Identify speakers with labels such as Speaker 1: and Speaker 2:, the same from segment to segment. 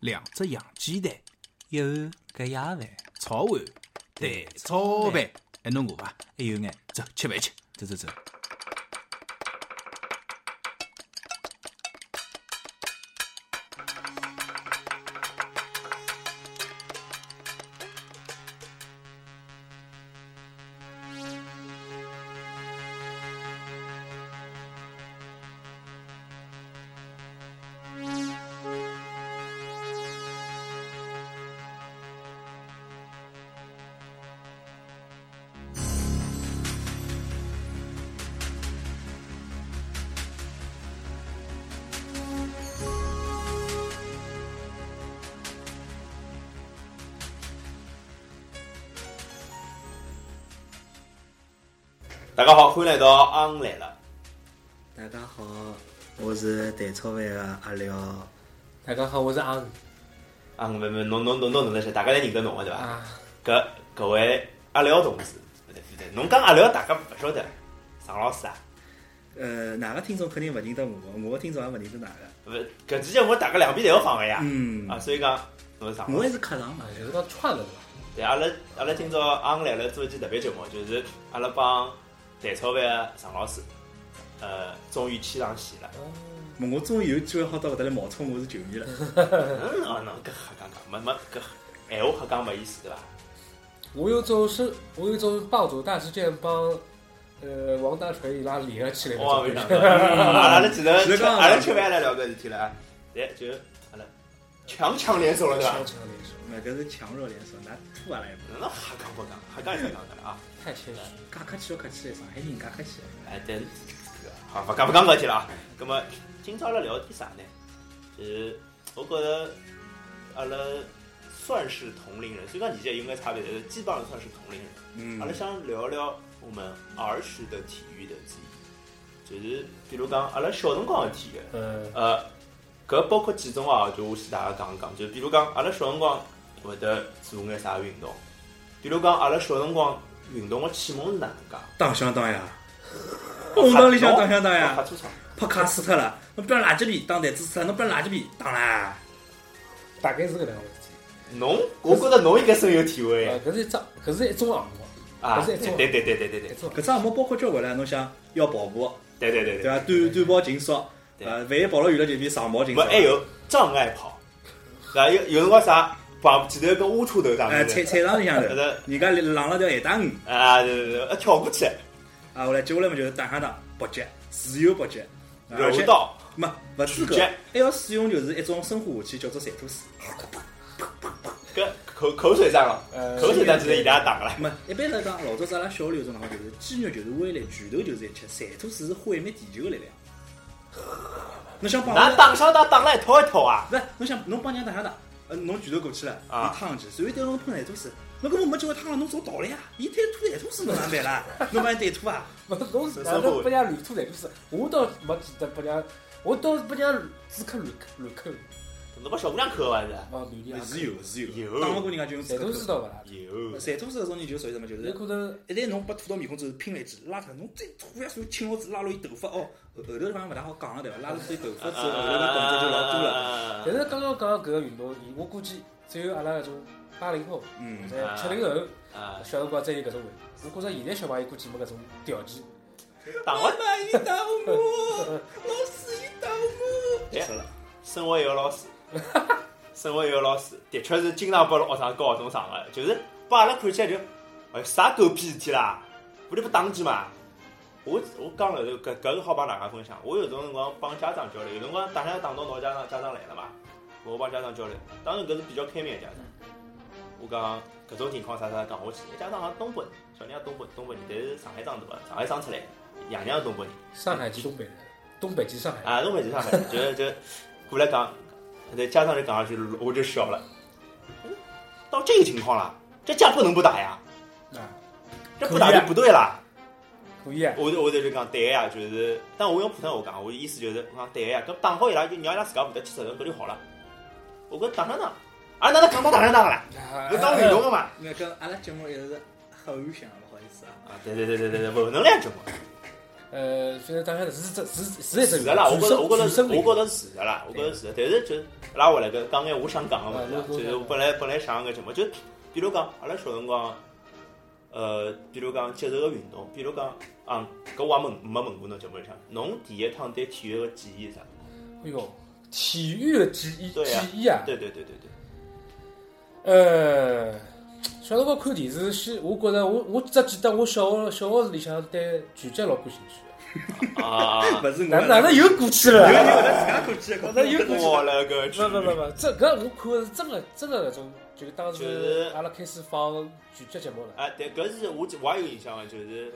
Speaker 1: 两只洋鸡蛋，
Speaker 2: 一碗隔夜饭，
Speaker 1: 炒碗蛋炒饭。哎还侬饿伐？
Speaker 2: 还有眼，
Speaker 1: 走，吃饭去。
Speaker 2: 走走走。
Speaker 3: 大家好，欢迎来到昂来了。
Speaker 4: 大家好，我是蛋炒饭的阿廖。
Speaker 5: 大家好，我是阿鱼
Speaker 3: 啊，我们侬侬侬侬侬那些，大家侪认得侬个对伐？
Speaker 5: 啊，
Speaker 3: 搿搿位阿廖同志，对对对，侬讲阿廖，大家勿晓得，常老师啊，
Speaker 4: 呃，哪个听众肯定勿认得我，我的听众也勿认得哪个。
Speaker 3: 勿搿期节目大家两边侪要放个呀。
Speaker 4: 嗯
Speaker 3: 啊，所以讲侬是常老
Speaker 4: 我
Speaker 3: 师。
Speaker 4: 也是客场
Speaker 5: 啊
Speaker 4: 嘛。
Speaker 5: 就是讲串了嘛。
Speaker 3: 对，阿拉阿拉今朝昂来了做一期特别节目，就是阿拉帮蛋炒饭的常老师，呃，终于牵上线了。
Speaker 4: 嗯我终于有机会好到搿搭来冒充我是球 迷了。
Speaker 3: 嗯，哦，侬搿瞎讲讲，没没搿闲话瞎讲没意思对伐？
Speaker 5: 我有种是，我有种暴走大事件帮呃王大锤伊拉联合起来的
Speaker 3: 我也没
Speaker 5: 感
Speaker 3: 想
Speaker 5: 觉。
Speaker 3: 到，阿拉只能
Speaker 4: 只能讲
Speaker 3: 阿拉吃饭来聊搿事体了啊。对，就阿拉强强联手了对伐？
Speaker 5: 强强联手，
Speaker 4: 那搿是强弱联手，㑚拖阿拉一步。
Speaker 3: 侬瞎讲不讲，瞎讲也瞎讲的了啊！
Speaker 5: 太谦虚了。
Speaker 4: 介客气要客气，上海人介客气。
Speaker 3: 哎，对，好，勿讲勿讲搿事体了啊。葛末今朝阿拉聊点啥呢？就是我觉着阿拉算是同龄人，虽然讲年纪有眼差别，但是基本上算是同龄人。
Speaker 4: 嗯
Speaker 3: 阿拉想聊聊我们儿时的体育的记忆，就是比如讲阿拉小辰光的体育。
Speaker 5: 呃，
Speaker 3: 呃，搿包括几种啊，就我先大家讲一讲，就比如讲阿拉小辰光会得做眼啥运动，比如讲阿拉小辰光运动个启蒙是哪能介？
Speaker 4: 打相打 呀，红道里向打相打
Speaker 3: 哦拍
Speaker 4: 呀，
Speaker 3: 车窗
Speaker 4: 拍卡死脱了。侬不要垃圾皮当台子吃，侬不要垃圾皮打啦。
Speaker 5: 大概是搿能样回事。
Speaker 3: 侬，我觉着侬应该深有体会
Speaker 5: 呃，搿是一只，搿是一种项目，
Speaker 3: 啊！
Speaker 5: 搿是
Speaker 3: 对
Speaker 5: 一种
Speaker 3: 对对对对对
Speaker 5: 一
Speaker 3: 对
Speaker 5: 种
Speaker 4: 搿只项目包括交关了，侬想要跑步，
Speaker 3: 对对对啊
Speaker 4: 对哎
Speaker 3: 对。
Speaker 4: 伐？短短跑竞速，
Speaker 3: 对
Speaker 4: 呃，万一跑了远了就变长跑竞速
Speaker 3: 没
Speaker 4: 了。
Speaker 3: 还有障碍跑，啊有有辰光啥把前头跟乌车头啥
Speaker 4: 哎，
Speaker 3: 物
Speaker 4: 菜
Speaker 3: 事，
Speaker 4: 菜场里向
Speaker 3: 搿
Speaker 4: 头
Speaker 3: 是，
Speaker 4: 人家浪了条咸带鱼，
Speaker 3: 啊对对对，啊跳过去，
Speaker 4: 啊，后来接下来嘛就是打相打、搏击、自由搏击，啊
Speaker 3: 柔
Speaker 4: 而且
Speaker 3: 道，
Speaker 4: 没勿止
Speaker 3: 狙
Speaker 4: 搿
Speaker 3: 击，
Speaker 4: 还哎要使用就是一种生化武器叫做馋吐丝。
Speaker 3: 跟口口水战了，
Speaker 5: 呃
Speaker 3: 口水战就是伊拉打个了，
Speaker 4: 没一般来讲，老早子阿拉小学里有种讲法就是肌肉就是威力，拳头就是一切，馋吐丝是毁灭地球的力量。侬想帮
Speaker 3: 拿
Speaker 4: 我，
Speaker 3: 打相打打了一套一套啊！
Speaker 4: 勿是侬想侬帮人家打相打，呃，侬拳头过去了，你
Speaker 3: 啊
Speaker 4: 趟上去，随后对方碰馋吐丝，侬根本没机会趟了，侬走倒了呀！伊推吐馋吐丝侬哪 办啦？侬帮伊对吐啊？
Speaker 5: 勿是侬是哪能拨人家乱吐来就是？我倒没记得拨人家，我倒是拨人家只扣乱扣乱扣，
Speaker 3: 侬把小姑娘扣完是？
Speaker 5: 哦，乱的啊
Speaker 4: 是有是有，
Speaker 3: 有
Speaker 4: 打勿过人家就用
Speaker 5: 谁都
Speaker 4: 吐
Speaker 5: 知道勿啦？
Speaker 3: 有，
Speaker 4: 馋吐丝搿种人就属于什么？就是
Speaker 5: 有可能
Speaker 4: 一旦侬把吐到面孔之后，拼了一记，拉脱，侬再吐一手，亲下子拉落伊头发哦，后后头地方勿大好讲个对伐？拉落伊头发之后，后头的动作就老多了。
Speaker 3: 了
Speaker 5: 但是刚刚讲到搿个运动，我估计只有阿拉搿种八零后、
Speaker 4: 嗯，
Speaker 3: 呃
Speaker 5: 在七零后
Speaker 3: 啊，
Speaker 5: 小辰光才有搿种回忆。我觉着现在小朋友估计没搿种条件。
Speaker 3: 打完
Speaker 4: 妈伊打我，老师伊打我。结束了。
Speaker 3: 生活一个老 师，生活一个老师，的确是经常拨学生教学种上个，就是把阿拉看起来就，哎呦啥狗屁事体啦，不就不打击嘛。我我讲了，搿搿个好帮大家分享。我有种辰光帮家长交流，有辰光打相打到闹家长，家长来了嘛，我帮家长交流。当然搿是比较开明的家长。我讲搿种情况啥啥讲下去，一家长好像东北人，小人也东北东北人，但是上海长大的，上海长出来的，爷娘是东北人。
Speaker 5: 上海籍东北人，东北籍上海人。
Speaker 3: 啊，侬勿是上海，就就过来讲，在家长就讲上去，我就笑了。到这个情况了，这架不能不打呀，
Speaker 5: 啊，
Speaker 3: 这不打就不对了。
Speaker 5: 可以啊，
Speaker 3: 我就我就就讲对呀，就是，但我用普通话讲，我意思就是，我讲对呀，搿打好伊拉就让伊拉自家负责去责任，搿就好了。我搿打相打，啊，哪能讲到打相打了？
Speaker 5: 啊
Speaker 3: 搿当运动个嘛。
Speaker 4: 那跟阿拉节目一直是黑暗向，勿好意思啊。
Speaker 3: 啊，对对对对对对，勿能来这么。
Speaker 5: 呃，虽然当然是这是是
Speaker 3: 是
Speaker 5: 是
Speaker 3: 的啦，我觉着，我觉着是，
Speaker 5: 生
Speaker 3: 我觉着是的啦，我觉着是的。但是就是拉回来个，讲眼我想讲个物事
Speaker 5: 啊，
Speaker 3: 啊就
Speaker 5: 侬
Speaker 3: 是
Speaker 5: 侬
Speaker 3: 我本来本来想个节目，就比如讲，阿拉小辰光，呃，比如讲接受个运动，比如讲，啊，搿我也问没问过侬节目里向，侬第一趟对体育个记忆是啥？
Speaker 5: 哎呦，体育的记忆
Speaker 3: 对呀
Speaker 5: 记忆啊，
Speaker 3: 对对对对 对，
Speaker 5: 呃，小辰光看电视，先我觉着我我只记得我小学小学里向对拳击老感兴 趣的，
Speaker 3: 啊，
Speaker 4: 勿是我
Speaker 5: 哪哪能又过去了
Speaker 4: 有
Speaker 5: 啊？
Speaker 4: 有的自家过去
Speaker 5: 哪能又过去
Speaker 3: 我
Speaker 5: 了？
Speaker 3: 了个去
Speaker 5: 不！不不不，这搿我看的是真的真的那种，就当
Speaker 3: 就是
Speaker 5: 时阿拉开始放拳击节目了。
Speaker 3: 啊，对，搿是我记我也有印象个，啊就是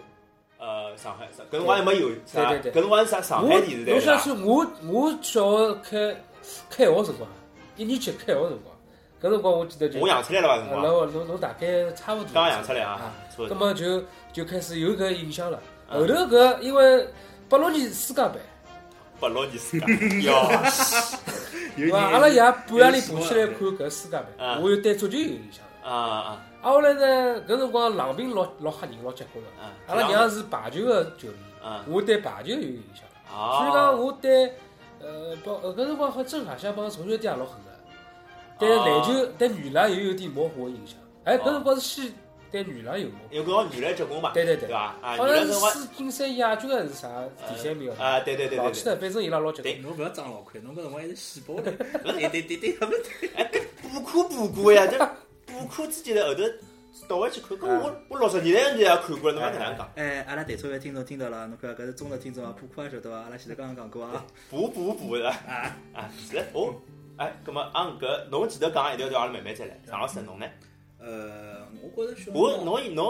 Speaker 3: 呃，上海，搿辰光还没有啥，
Speaker 5: 对对
Speaker 3: 搿
Speaker 5: 对
Speaker 3: 辰光是啥上
Speaker 5: 我
Speaker 3: 海电视台
Speaker 5: 侬
Speaker 3: 是吧
Speaker 5: 想起我我小学开开学辰光，一年级开学辰光，搿辰光我记得就
Speaker 3: 我，养出来了伐？搿辰
Speaker 5: 啊
Speaker 3: 光
Speaker 5: 然。后侬侬大概差勿多
Speaker 3: 刚养出来啊
Speaker 5: 啊，，
Speaker 3: 差不
Speaker 5: 葛
Speaker 3: 多
Speaker 5: 么就就开始有搿影响了。
Speaker 3: 嗯
Speaker 5: 后头搿因为八六年世界杯，
Speaker 3: 八六年 世界，哟，
Speaker 4: 有
Speaker 5: 对伐？
Speaker 4: 人
Speaker 5: 阿拉爷半夜里爬
Speaker 4: 有人
Speaker 5: 起来看搿世界杯
Speaker 3: 嗯，
Speaker 5: 我又对足球有影响了。
Speaker 3: 啊啊
Speaker 5: 啊，后来呢，搿辰光郎平老老吓人，老结棍个。
Speaker 3: 啊！
Speaker 5: 阿拉娘是排球个球迷，
Speaker 3: 啊，
Speaker 5: 我对排球有影响。所以讲，
Speaker 3: 啊，
Speaker 5: 我对呃，包呃，搿辰光好像正好像帮同学点也老狠个，对
Speaker 3: 啊
Speaker 5: 篮球对女篮也有点模糊的影响。哎，搿辰光是先对女篮有模糊，
Speaker 3: 有个女篮结棍嘛，
Speaker 5: 对对对
Speaker 3: 对吧？啊，女
Speaker 5: 好像
Speaker 3: 篮
Speaker 5: 是
Speaker 3: 辰光，
Speaker 5: 世锦赛亚军还是啥第三名啊？
Speaker 3: 啊，对对对
Speaker 5: 老
Speaker 3: 对
Speaker 5: 记
Speaker 3: 对，
Speaker 5: 得，反正伊拉老结棍。
Speaker 4: 侬勿要长老快，侬搿辰光还是细胞嘞。对对对对，勿是
Speaker 3: 哎补课补过呀，这补课之前的后头倒回去看，
Speaker 5: 啊
Speaker 3: 搿我我六十年代的也看过了，侬讲哪能讲？
Speaker 4: 哎，阿拉台车的听众听到了，侬看搿是中的听众啊，普库也晓得伐？阿拉前头刚刚讲过啊，
Speaker 3: 补补补的啊啊，是哦，哎，葛么按搿侬前头讲一条条，阿拉慢慢再
Speaker 5: 嗯
Speaker 3: 来。常老师侬呢？
Speaker 4: 呃，我觉着小辰
Speaker 3: 我
Speaker 4: 光，
Speaker 3: 侬侬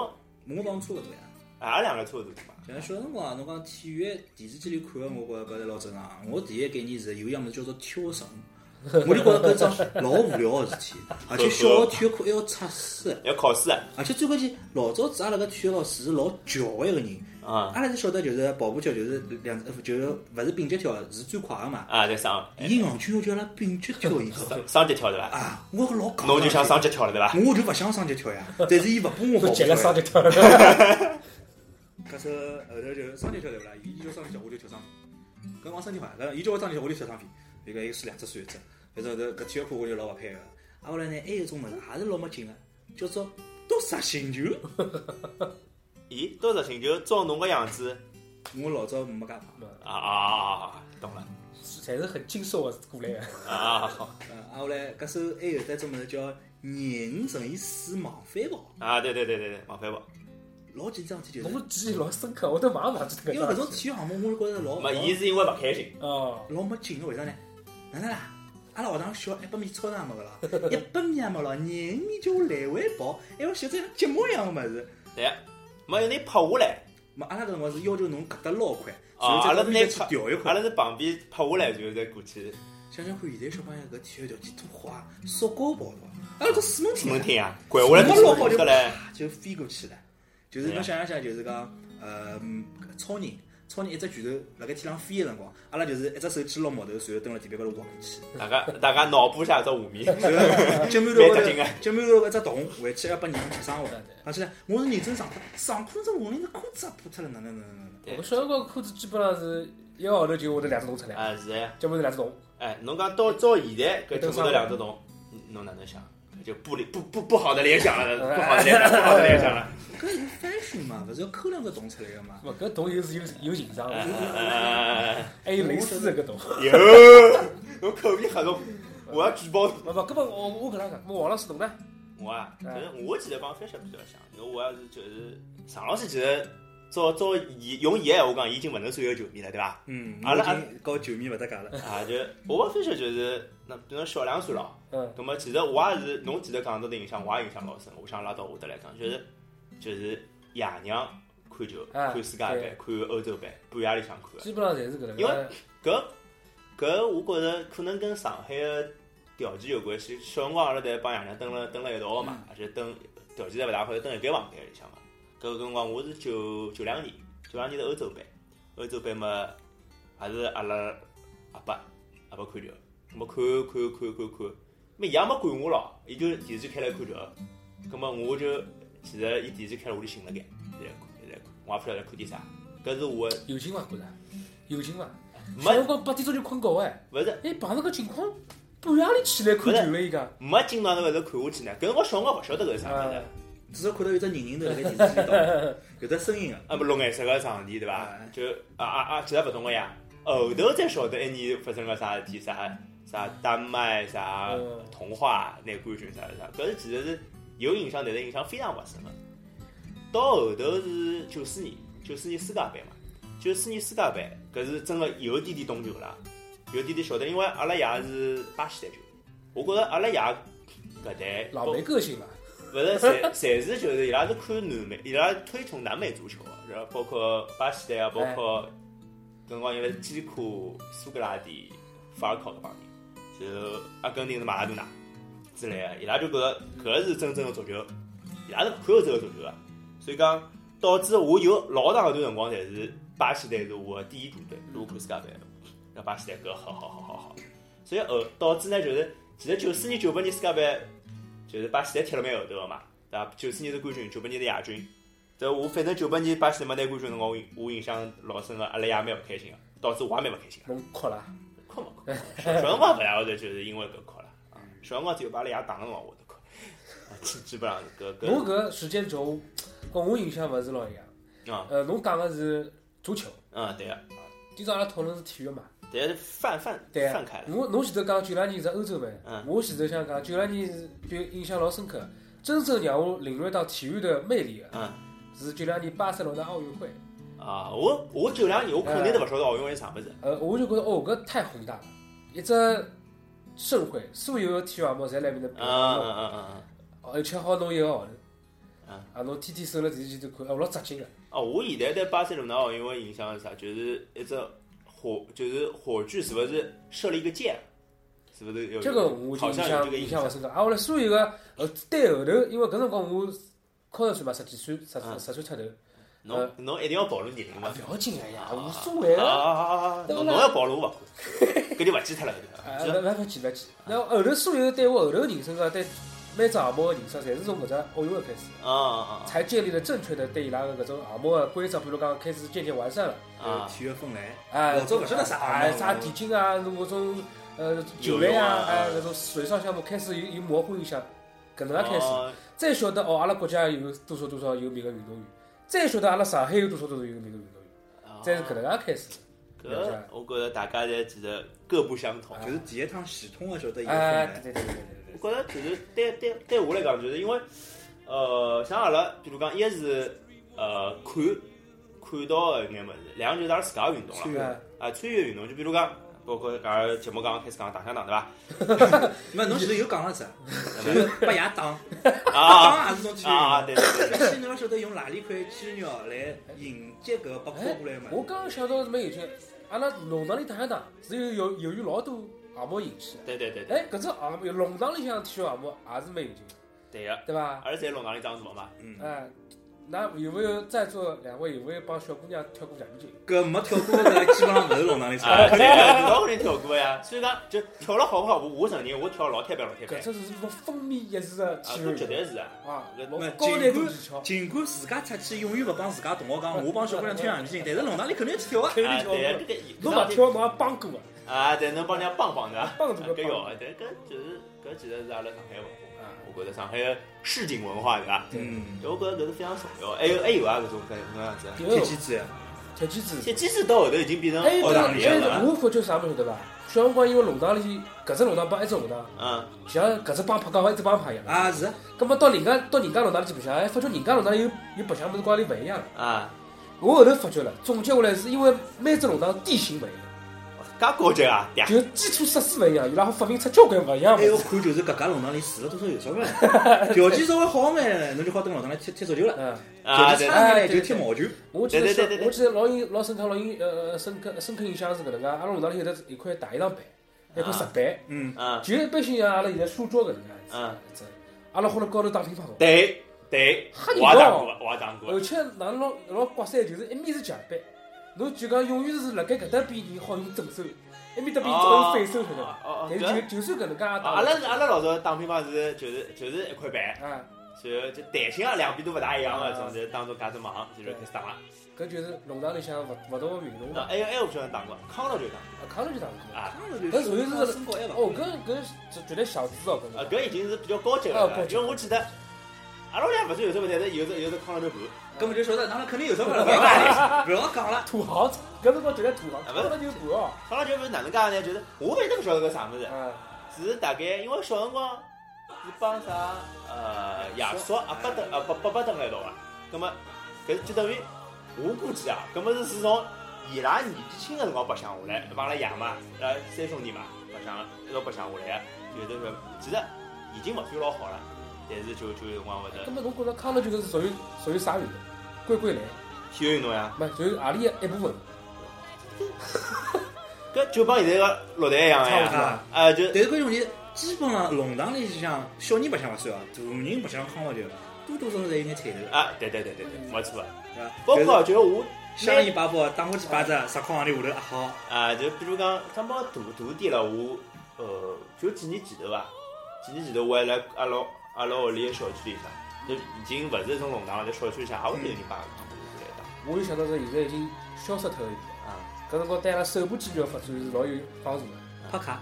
Speaker 4: 我帮侬差勿多呀。
Speaker 3: 俺两个差不多嘛，
Speaker 4: 像小辰光，侬讲体育电视机里看个，我觉着搿是老正常。我第一概念是有一样物事叫做跳 绳，我就觉着搿桩老无聊个事体，而且小学体育课还要测试，
Speaker 3: 要考试啊
Speaker 4: 而且最关键，老早子阿拉搿体育老师是老骄傲一个人，
Speaker 3: 啊
Speaker 4: 阿拉是晓得就是跑步跳就是两呃就是勿是并脚跳是最快个嘛，
Speaker 3: 啊！在上
Speaker 4: 伊硬劲要叫阿拉并脚跳 一次
Speaker 3: 上上节跳对伐？
Speaker 4: 啊，我老戆
Speaker 3: 侬就想上节跳了对伐？
Speaker 4: 我就勿想上去跳呀，但是伊勿拨 我
Speaker 5: 都
Speaker 4: 跑
Speaker 5: 急了，
Speaker 4: 上
Speaker 5: 上
Speaker 4: 去。
Speaker 5: 就跳了。
Speaker 4: 搿首后头就上去跳对勿啦？伊伊叫上去跳，我就跳上去。搿往身体好，搿伊叫我上去跳，我就跳上去。伊讲伊是两只手一只，反正后头搿体育课我就老勿配个。啊后来呢，还有一种物事也是老没劲个，叫做夺杀星球。
Speaker 3: 咦，多少星球照侬个样子
Speaker 4: 我老早没介胖，
Speaker 3: 啊啊，懂了
Speaker 5: 侪是很精瘦的过来的，
Speaker 3: 啊好
Speaker 4: 呃啊后来搿首还有得种物事叫廿五乘以四往返跑，
Speaker 3: 啊，对对对对对，王飞宝，
Speaker 4: 哦老紧张体就是。
Speaker 5: 侬记忆老深刻，我都马上忘记脱
Speaker 4: 因为搿
Speaker 5: 搿
Speaker 4: 种体育项目，我是觉着老
Speaker 3: 没，伊是因为勿开心，
Speaker 5: 种哦，
Speaker 4: 老没劲个，为啥呢？哪能啦？阿拉学堂小一百米操场也没个啦，一百米也没了，廿五米叫我来回跑，哎还要学这像节目一样个物事。
Speaker 3: 对，没有你拍下来，
Speaker 4: 嘛，阿拉搿辰光是要求侬搿搭捞块，然
Speaker 3: 啊，
Speaker 4: 后
Speaker 3: 阿拉是
Speaker 4: 再到
Speaker 3: 拿
Speaker 4: 面去调一
Speaker 3: 拍，阿拉
Speaker 4: 块。
Speaker 3: 是旁边拍下来，然后再过去
Speaker 4: 想想看，现在小朋友搿体育条件多好啊，速高跑道，阿拉搿四门
Speaker 3: 怎
Speaker 4: 体
Speaker 3: 么
Speaker 4: 啊，
Speaker 3: 听 啊？拐下来
Speaker 4: 没捞好 就
Speaker 3: 得嘞，
Speaker 4: 啪就飞过去了。就是
Speaker 3: 对啊
Speaker 4: 侬想一想，就是讲，呃，嗯超人，超人一只拳头辣盖天上飞个辰光，阿拉就是一只手去捞木头，然后蹲辣地板高头滑过去。
Speaker 3: 大家大家脑补一下这画 面，
Speaker 4: 脚馒头
Speaker 3: 蛮
Speaker 4: 高
Speaker 3: 扎
Speaker 4: 头
Speaker 3: 劲啊，
Speaker 4: 脚馒头搿只洞，回去要把人吃伤
Speaker 5: 对
Speaker 4: 了
Speaker 5: 对。
Speaker 4: 而且呢，我是认真上课，上课这我连个裤子也破脱了，哪能哪能哪能？
Speaker 3: 对
Speaker 5: 我小辰光裤子基本上是一个号头就会得两只洞出来，
Speaker 3: 啊是哎，
Speaker 5: 要么是两只洞。
Speaker 3: 哎，侬讲到照现在搿节目头两只洞，侬哪能想？就不不不不好的联想了， 不好的联想，不好的联想了，
Speaker 4: 搿是 fashion 嘛，勿是要抠两个洞出来个嘛？
Speaker 5: 勿，搿洞又是有有形状
Speaker 3: 哎
Speaker 5: 的，
Speaker 3: 呃，
Speaker 5: 还有蕾丝的搿 洞。
Speaker 3: 有，侬口味黑侬，我要举报侬。
Speaker 5: 勿勿，搿么我我搿能介，我王老师侬呢？
Speaker 3: 我啊，
Speaker 5: 嗯
Speaker 3: 就是我其实帮 Fisher 比较像，因为我也是就是常老师其实照照伊用伊个闲话讲，伊已经勿能算一个球迷了，对 伐？
Speaker 4: 嗯，
Speaker 3: 阿拉
Speaker 4: 我已经搞球迷勿搭界了。
Speaker 3: 啊，就我帮 Fisher 就是那比侬小两岁了，
Speaker 5: 嗯，
Speaker 3: 葛么其实我也是侬前头讲到的影响，我也影响老深。我想拉到下头来讲，就是就是爷娘看球，
Speaker 5: 啊
Speaker 3: 看世界杯，看欧洲杯，半夜里向看的。
Speaker 5: 基本上侪是搿能
Speaker 3: 因
Speaker 5: 介。
Speaker 3: 搿搿我觉着可能跟上海个条件有关系。小辰光阿拉在帮爷娘蹲了蹲了一道个嘛，
Speaker 5: 嗯
Speaker 3: 而且蹲条件侪勿大好，就蹲一间房间里向嘛。搿个辰光我是九九两年，九两年是欧洲杯，欧洲杯嘛，也是阿拉阿伯阿伯看球，咾么看看看看看，咾伊也没管我咯，伊就电视机开来看球，咾么我就其实伊电视机开了我就醒了该，一直在看一直在看，我也勿晓得看点啥，搿是我的
Speaker 5: 有劲伐？觉着有劲伐？小辰
Speaker 3: 没
Speaker 5: 光八点钟就困觉哎，
Speaker 3: 勿是
Speaker 5: 哎碰着搿情况，半夜里起来看球了伊讲，
Speaker 3: 没今朝侬一直看下去呢，搿辰光小辰光勿晓得搿是啥物事
Speaker 5: 啊，
Speaker 4: 至少看到有只人影头辣盖电视机里头，有只声音个。
Speaker 3: 啊，不绿颜色个场地对伐
Speaker 5: 嗯
Speaker 4: 哎？
Speaker 3: 就啊啊啊，其实勿懂个呀。后头才晓得一年发生了啥事体，啥啥丹麦、啥
Speaker 5: 嗯
Speaker 3: 童话拿冠军啥啥，搿是其实是有影响，但是影响非常勿深个。到后头是九四年，九四年世界杯嘛，九四年世界杯搿是真个有点点懂球了，有点点晓得，因为阿拉爷是巴西队球，我觉着阿拉爷搿代
Speaker 5: 老没个性了，
Speaker 3: 勿是，侪侪是就是伊拉是看南美，伊拉推崇南美足球的，然后包括巴西队啊，包括搿辰光有了基库、苏格拉底、法尔考搿帮人，然后阿根廷是马拉多纳之类的，伊拉就觉着搿是真正的足球，伊拉是看好这个足球的，所以讲导致我有老长一段辰光侪是巴西队是我的第一主队，如果看世界杯，那巴西队搿好好好好好，所以后导致呢就是其实九四年九八年世界杯。就是巴西队踢了蛮后头个嘛，对伐？九四年是冠军，九八年是亚军。但我反正九八年巴西队没拿冠军辰光，我印我印象老深个，阿拉爷蛮勿开心个，导致我也蛮勿开心个。
Speaker 5: 侬哭了，
Speaker 3: 哭没 哭？小小辰光勿大会得就是因为搿哭了。啊小辰光只有把阿拉爷打辰光我会得哭，啊基基本上是搿
Speaker 5: 侬
Speaker 3: 搿
Speaker 5: 搿时间轴跟我印象勿是老一样。
Speaker 3: 啊
Speaker 5: 呃，侬讲个是足球，
Speaker 3: 嗯对个，
Speaker 5: 今朝阿拉讨论是体育嘛？
Speaker 3: 但是泛泛
Speaker 5: 对啊
Speaker 3: 泛开，了，
Speaker 5: 我侬前头讲九两年是欧洲杯
Speaker 3: 嗯，
Speaker 5: 我前头想讲九两年是就印象老深刻，真正让我领略到体育的魅力的啊
Speaker 3: 嗯。
Speaker 5: 是九两年巴塞罗那奥运会。
Speaker 3: 啊，我我九两年我肯定都勿晓得奥运会是啥物事，
Speaker 5: 呃，我就觉得哦，搿太宏大了，一只盛会，所有的体育项目侪辣埃面搭
Speaker 3: 嗯
Speaker 5: 比
Speaker 3: 嗯
Speaker 5: 弄，
Speaker 3: 嗯嗯嗯，
Speaker 5: 而且好弄一个号头
Speaker 3: 嗯。
Speaker 5: 啊，侬天天守辣电视机头看，哦，老扎劲个。
Speaker 3: 哦，我现在对巴塞罗那奥运会印象是啥？就是一只火，就是火炬，是不是射了一个箭？是不是有一？
Speaker 5: 这个我就
Speaker 3: 好
Speaker 5: 印
Speaker 3: 像有
Speaker 5: 象
Speaker 3: 这个
Speaker 5: 印
Speaker 3: 印
Speaker 5: 象勿深刻。啊，我来所有个呃，对后头，因为搿辰光我考上去嘛，十几岁，十
Speaker 3: 嗯
Speaker 5: 十岁出头，
Speaker 3: 侬侬一定要暴露年龄嘛？
Speaker 5: 勿要紧个呀，
Speaker 3: 啊
Speaker 5: 无所谓
Speaker 3: 啊
Speaker 5: 个。
Speaker 3: 啊啊啊！啊
Speaker 5: 对不
Speaker 3: 侬
Speaker 5: 啦
Speaker 3: 侬要暴露我勿管，搿就勿记脱了。
Speaker 5: 啊，
Speaker 3: 搿就
Speaker 5: 勿勿勿记勿记。那后头所有对我后头人生啊个对每只项目个认识，侪是从搿只奥运会开始，
Speaker 3: 啊啊
Speaker 5: 才建立了正确的对伊拉个搿种项目个规则，比如讲开始渐渐完善了。
Speaker 3: 啊啊！
Speaker 4: 体育分类，
Speaker 5: 哎，
Speaker 4: 老早勿晓得啥
Speaker 5: 哎，啥
Speaker 4: 体
Speaker 5: 田径啊，侬搿种呃球类
Speaker 3: 游泳
Speaker 5: 啊
Speaker 3: 啊，
Speaker 5: 哎，搿种水上项目开始有有模糊印象，搿能介开始，
Speaker 3: 哦
Speaker 5: 再晓得哦，阿拉国家有多少多少有名个运动员，再晓得阿拉上海有多少多少有名个运动员，
Speaker 3: 啊
Speaker 5: 再是搿能介开始。了解
Speaker 3: 搿我觉着大家侪其实各不相同。
Speaker 4: 就是第一趟系统个晓哦得有
Speaker 5: 哎，
Speaker 4: 分
Speaker 5: 对
Speaker 4: 类。
Speaker 5: 对对对对对。
Speaker 3: 我觉着就是对对对我来讲，就是因为呃，像阿拉，比如讲，一是呃看看到的一眼物事，两个就是阿拉自家的运动
Speaker 4: 穿
Speaker 3: 了
Speaker 4: 越
Speaker 5: 哎
Speaker 3: 啊，穿越运动，就比如讲，包括搿个节目刚刚开始讲打相打对伐？
Speaker 4: 没，侬前头又讲了只，就是把爷打，
Speaker 3: 啊
Speaker 4: 打也是种体育。
Speaker 3: 啊，对对对，
Speaker 4: 但是侬要晓得用哪里块肌肉来迎接搿个八卦
Speaker 5: 哎
Speaker 4: 过来嘛？
Speaker 5: 我刚刚想到是蛮有趣，阿拉弄堂里打一打是有有由于老多项目引起的。
Speaker 3: 对对对对
Speaker 5: 哎，搿只项目弄堂里向体育项目也是蛮有劲的，
Speaker 3: 对个，
Speaker 5: 对伐？
Speaker 3: 而且弄堂里长什么嘛？
Speaker 4: 嗯，
Speaker 5: 哎，那有没有在座两位有没有帮小姑娘跳过橡皮筋？
Speaker 4: 搿没跳过的基本上勿是弄堂里
Speaker 3: 啊，对
Speaker 4: 唱。
Speaker 3: 个，老多人跳过呀。所以讲，就跳了好不好，我我承认我跳老太白老太白
Speaker 5: 搿，只是不风靡一时的
Speaker 3: 啊，
Speaker 5: 气
Speaker 3: 搿绝
Speaker 5: 氛
Speaker 3: 对是啊。
Speaker 5: 啊
Speaker 3: 搿，
Speaker 5: 老
Speaker 4: 那
Speaker 5: 高难度技巧，
Speaker 4: 尽管自家出去永远勿帮自家同学讲，我帮小姑娘跳橡皮筋，但是弄堂里肯定要去跳啊。
Speaker 5: 肯
Speaker 3: 啊，
Speaker 5: 定跳
Speaker 3: 对啊，
Speaker 5: 过。
Speaker 3: 这
Speaker 5: 侬
Speaker 3: 个
Speaker 5: 勿跳，侬也帮过啊，
Speaker 3: 啊，对，能帮人家帮帮的。
Speaker 5: 帮
Speaker 3: 啊
Speaker 5: 助
Speaker 3: 搿
Speaker 5: 个
Speaker 3: 有
Speaker 5: 帮。
Speaker 3: 啊，但搿就是搿其实是阿拉上海文
Speaker 5: 啊，
Speaker 3: 化，我觉得上海的市井文化对伐？
Speaker 4: 嗯，
Speaker 3: 对我觉得搿是非常重要。还有还有啊，搿种搿种样子。
Speaker 5: 第二
Speaker 4: 踢
Speaker 5: 个
Speaker 4: 毽子，啊
Speaker 5: 跳毽子。
Speaker 3: 这即使到后头已经变成
Speaker 5: 还有
Speaker 3: 学
Speaker 5: 个，
Speaker 3: 堂
Speaker 5: 还
Speaker 3: 里
Speaker 5: 有
Speaker 3: 了
Speaker 5: 个，，我发觉啥物事对伐？小辰光因为弄堂里搿只弄堂帮一只弄堂，
Speaker 3: 嗯，
Speaker 5: 像搿只帮拍讲一只帮拍一样的。
Speaker 4: 啊是，
Speaker 5: 葛末到人家到人家弄堂里去白相，哎，发觉人家弄堂里有有白相物事跟阿里勿一样。
Speaker 3: 啊，
Speaker 5: 我后头发觉了，总结下来是因为每只弄堂地形勿一样，
Speaker 3: 介高级啊，嗲
Speaker 5: 就是基础设施勿一样，伊拉好发明出交关勿一样
Speaker 3: 哎
Speaker 4: 还要
Speaker 5: 的。
Speaker 4: 哎看就是搿家弄堂里住了多少有钞票，条件稍微好眼，侬就好蹲弄堂里踢踢足球了；
Speaker 5: 嗯，
Speaker 3: 啊，
Speaker 4: 条
Speaker 3: 对，
Speaker 4: 件差眼呢就踢毛球。
Speaker 5: 我记得
Speaker 3: 对
Speaker 5: 小
Speaker 3: 对对对对
Speaker 5: 我记得老印老深刻老印呃深刻深刻印象是搿能介，阿拉弄堂里有得一块大衣裳板，一块石板，
Speaker 4: 嗯，
Speaker 3: 嗯
Speaker 5: 就一般性啊像阿拉现在书桌搿能介样子
Speaker 3: 嗯，
Speaker 5: 这阿拉好辣高头打乒乓球。
Speaker 3: 对对
Speaker 5: 吓，人
Speaker 3: 我也打
Speaker 5: 哦
Speaker 3: 过，我也打
Speaker 5: 而
Speaker 3: 过，
Speaker 5: 且哪能老老刮三，就是一面是墙壁，侬就讲永远是辣盖搿搭边人好用正手，一面搭
Speaker 3: 啊
Speaker 5: 边好用反手，晓得伐？
Speaker 3: 哦哦
Speaker 5: 但是
Speaker 3: 搿
Speaker 5: 就就算搿能介也
Speaker 3: 啊阿
Speaker 5: 打
Speaker 3: 拉是阿拉老早打乒乓是就是就是一块板，
Speaker 5: 啊，
Speaker 3: 然后就弹性啊两边都勿大一样个，总是当中夹着忙，就是开始打。
Speaker 5: 搿就是农场里向勿勿同个运动
Speaker 3: 那
Speaker 5: 嘛，
Speaker 3: 还有还有勿晓得打过，康乐就打
Speaker 5: 啊，康乐就打过
Speaker 3: 过。啊，
Speaker 4: 搿属于是身高还勿
Speaker 5: 哦，搿搿是绝对小资哦，搿
Speaker 3: 啊
Speaker 5: 个，
Speaker 3: 搿已经是比较高级
Speaker 5: 啊
Speaker 3: 了
Speaker 5: 高
Speaker 3: 了，
Speaker 5: 级
Speaker 3: 因为我记得阿拉屋里向勿是有只勿但是有只有只康乐头盘，
Speaker 4: 根本就晓得，哪能肯定有什么了，勿要讲了勿要讲了。
Speaker 5: 土豪，搿辰光绝对土豪，
Speaker 3: 啊
Speaker 5: 康
Speaker 3: 勿是
Speaker 5: 乐就盘哦，
Speaker 3: 康乐球是哪能介呢？就是我一直勿晓得搿啥物事，
Speaker 5: 啊，
Speaker 3: 只是大概因为小辰光是帮啥呃亚
Speaker 4: 亚叔
Speaker 3: 叔阿伯等啊伯伯伯等来一道啊，葛末搿就等于我估计啊，葛末是自从伊拉年纪轻个辰光白相下来，帮阿拉爷嘛，呃三兄弟嘛白相一道白相下来个，就是说其实已经勿算老好了，但是就就有辰光会得
Speaker 5: 搿么侬觉着康乐就是属于属于啥运动？龟龟来，
Speaker 3: 体育运动呀。
Speaker 5: 没，就是阿里的一部分，
Speaker 3: 搿就帮现在个落袋一样
Speaker 5: 差不
Speaker 3: 呀，
Speaker 5: 多
Speaker 4: 啊
Speaker 5: 啊。
Speaker 3: 啊就
Speaker 4: 但是搿种问题，基本上弄堂里向小人白相勿算啊，大人白相康乐球，多多少少侪有眼彩头，
Speaker 3: 啊，对对对对对，没错。
Speaker 4: 对伐？
Speaker 3: 包括就是我
Speaker 4: 香烟摆包，打火机摆只，石矿行钿下头也好。
Speaker 3: 啊，就比如讲，咱帮大大点了，我呃，就几年前头伐，几年前头我还来阿拉阿拉屋里个小区里向，就已经勿是从弄堂了，在小区里向也会得有人摆个康乐球来
Speaker 5: 我就想到是现在已经消失脱了。
Speaker 3: 打啊
Speaker 5: 搿辰光对阿拉手部肌肉发展是老有帮助的。
Speaker 4: 拍卡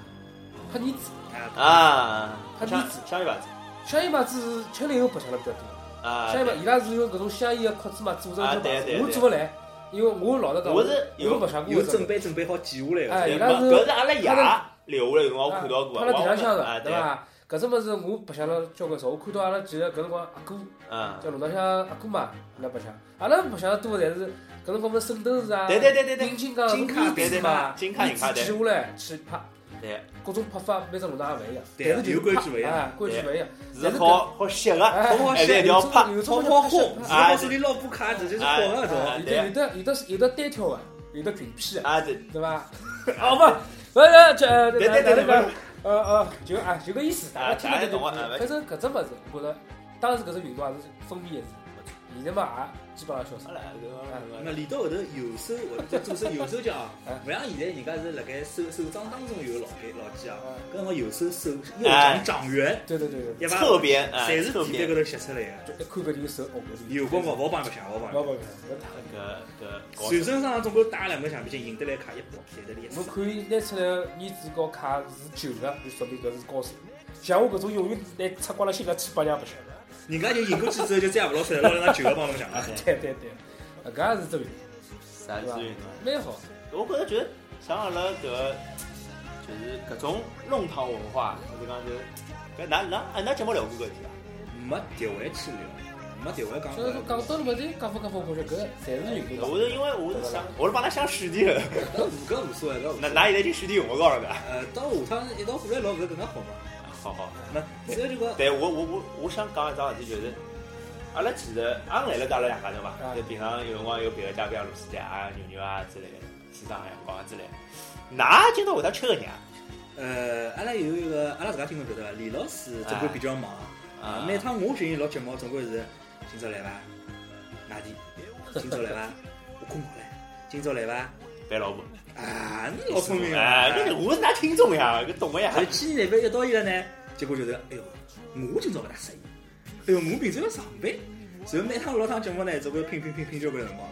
Speaker 5: 拍你子，
Speaker 4: 啊，
Speaker 3: 啊，
Speaker 5: 他
Speaker 3: 香
Speaker 5: 面子
Speaker 3: 香烟牌子
Speaker 5: 香烟牌子是七零后白相的比较多，
Speaker 3: 啊，
Speaker 5: 香烟牌伊拉是用搿种香烟的壳子嘛做成
Speaker 3: 啊
Speaker 5: 一
Speaker 3: 对
Speaker 5: 牌
Speaker 3: 对
Speaker 5: 子，我
Speaker 3: 对
Speaker 5: 做勿来，因为我老实讲，
Speaker 3: 我
Speaker 5: 我
Speaker 3: 是有
Speaker 5: 我白相过
Speaker 4: 有
Speaker 5: 搿
Speaker 4: 准
Speaker 5: 种，
Speaker 4: 备准备好记下来
Speaker 5: 哎
Speaker 4: 的。
Speaker 3: 对
Speaker 5: 伊拉
Speaker 3: 没
Speaker 5: 是
Speaker 3: 搿是阿拉爷
Speaker 5: 他们
Speaker 3: 留下来有辰光我看到过，
Speaker 5: 嗯趴辣地浪向
Speaker 3: 啊
Speaker 5: 的，
Speaker 3: 对
Speaker 5: 对，伐？搿只物事我白相了交关少，我看到阿拉几个搿辰光阿哥，
Speaker 3: 嗯，
Speaker 5: 叫弄堂向阿哥嘛，伊拉白相，阿拉白相得多的侪是搿辰光勿是圣斗士啊，
Speaker 3: 对对对对对
Speaker 5: 顶金刚、
Speaker 4: 金卡
Speaker 5: 米
Speaker 3: 对对
Speaker 5: 子嘛，
Speaker 3: 对金卡银卡
Speaker 5: 米子
Speaker 3: 对
Speaker 5: 取下来去拍，
Speaker 3: 对，
Speaker 5: 各种拍法每只弄堂也勿一样，
Speaker 4: 对啊
Speaker 5: 但是就
Speaker 4: 有
Speaker 5: 是
Speaker 4: 规
Speaker 5: 拍
Speaker 4: 矩勿一样
Speaker 5: 哎规矩勿一样，
Speaker 3: 是好 好吸个，
Speaker 5: 哎
Speaker 4: 好
Speaker 3: 哎，对，一定要拍。
Speaker 5: 有
Speaker 4: 好
Speaker 5: 种
Speaker 4: 好好，
Speaker 5: 有种
Speaker 3: 啊
Speaker 4: 我手里捞把卡直接是好的那
Speaker 3: 啊
Speaker 4: 种。
Speaker 5: 有的有的有的有的单挑的，啊有的群批的，
Speaker 3: 啊，对，
Speaker 5: 对伐？ 哦不，勿是这呃
Speaker 3: 对对对
Speaker 5: 那
Speaker 3: 对
Speaker 5: 个呃呃，就啊就搿意思，
Speaker 3: 啊
Speaker 5: 大家听得
Speaker 3: 大家懂
Speaker 5: 懂
Speaker 3: 啊啊
Speaker 5: 反正搿只物事，我觉着当时搿只运动也啊是风靡一时，现在嘛也基本上消失
Speaker 3: 阿
Speaker 5: 了。
Speaker 3: 拉搿个搿个
Speaker 4: 那练到后头右手或者左手右手脚啊，勿像现在人家是辣盖手手掌当中有老肌老肌啊，
Speaker 5: 哎
Speaker 4: 搿辰光右手手右掌掌缘，
Speaker 5: 对对对对，
Speaker 4: 一般
Speaker 3: 侧边，哎
Speaker 4: 侪是
Speaker 3: 侧
Speaker 4: 地板
Speaker 3: 边
Speaker 4: 高头吸出来的。
Speaker 5: 就一看搿人手红个
Speaker 4: 有光光，勿好帮伊白相，勿好
Speaker 5: 勿
Speaker 4: 帮
Speaker 3: 哦
Speaker 5: 勿勿，
Speaker 4: 伊。
Speaker 5: 搿太
Speaker 3: 搿搿高
Speaker 4: 全身上总共打两个橡皮筋，赢得来卡一包，来得来一
Speaker 5: 我可以拿出来面子和卡是旧的，就说明搿是高手。像我搿种永远拿擦光了心的，去八娘白相。
Speaker 4: 人家就赢过去之后就再也勿捞出来，捞人家旧的帮侬抢
Speaker 3: 哎
Speaker 4: 了。
Speaker 5: 对对对，搿也是只运动，
Speaker 3: 啥
Speaker 5: 对
Speaker 3: 资
Speaker 5: 伐
Speaker 3: 源呢？？
Speaker 5: 蛮好。
Speaker 3: 我觉着就是像阿拉搿就是搿种弄堂文化，或者讲就是搿哪哪哎，㑚节目聊过搿事体啊？
Speaker 4: 没调回去聊，没调回讲
Speaker 5: 所以说讲到了嘛，就讲法讲法，我觉得搿侪是运动。
Speaker 3: 我是因为我是想，我是帮㑚想选题的，
Speaker 4: 搿无搿无所谓，搿无
Speaker 3: 㑚㑚现在就选题用勿着了搿。
Speaker 4: 呃，到下趟一道过来聊，勿是更加好嘛？
Speaker 3: 好好，
Speaker 4: 那主要就讲，
Speaker 3: 但我我我我想讲一桩事体，就是阿拉其实也来了阿拉两家头嘛，
Speaker 5: 啊
Speaker 3: 就平常有辰光有别个嘉宾啊、露丝姐啊、牛牛啊之类的，市长啊、阳光啊之类的，㑚今朝会得吃个人啊？
Speaker 4: 呃，阿拉有一个阿拉自家听众晓得伐？李老师总归比较忙，啊，每趟我寻伊录节目，总归是今朝来伐？外地，今朝来伐？我困觉唻，今朝来伐？
Speaker 3: 陪老婆，
Speaker 4: 啊，你老聪明
Speaker 3: 哎，
Speaker 4: 啊！
Speaker 3: 搿是我是㑚听众呀，搿懂个呀。
Speaker 4: 后去年那边一到伊了呢，结果就是，哎哟，我今朝勿大适应，哎哟，我平时要上班，然后每趟老趟节目呢，总归拼拼拼拼交关辰光，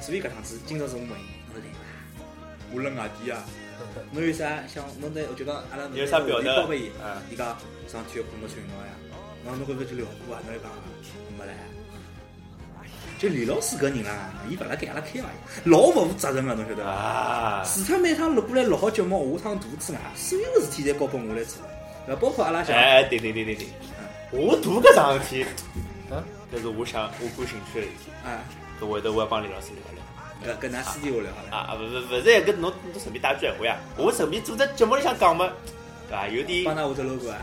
Speaker 4: 所以搿趟子今朝是我问伊，侬来伐？我辣外地啊，
Speaker 5: 嗯
Speaker 4: 侬有啥想侬在就讲阿拉
Speaker 3: 有啥表达
Speaker 4: 告拨伊
Speaker 3: 嗯，
Speaker 4: 伊讲上体育课没穿运动呀，然后侬搿个就聊过啊，侬一讲没唻。就李老师搿人啦，伊勿辣盖阿拉开玩笑，老勿负责任个，侬晓得伐？
Speaker 3: 啊，
Speaker 4: 除脱每趟录过来录好节目，下趟读之外，所有的事体侪交拨我来做，对吧包括阿拉像
Speaker 3: 哎，对对对对对，我读搿桩事体，
Speaker 5: 啊，
Speaker 3: 搿是我想我感兴趣的事体，
Speaker 4: 啊，
Speaker 3: 搿回头我要帮李老师聊一聊。
Speaker 4: 呃，跟㑚私底下聊好了。
Speaker 3: 啊啊，勿勿勿是，搿侬侬顺便打句闲话呀，我顺便做只节目里向讲嘛，对伐？有
Speaker 4: 帮
Speaker 3: 点
Speaker 4: 㑚画只 logo 啊，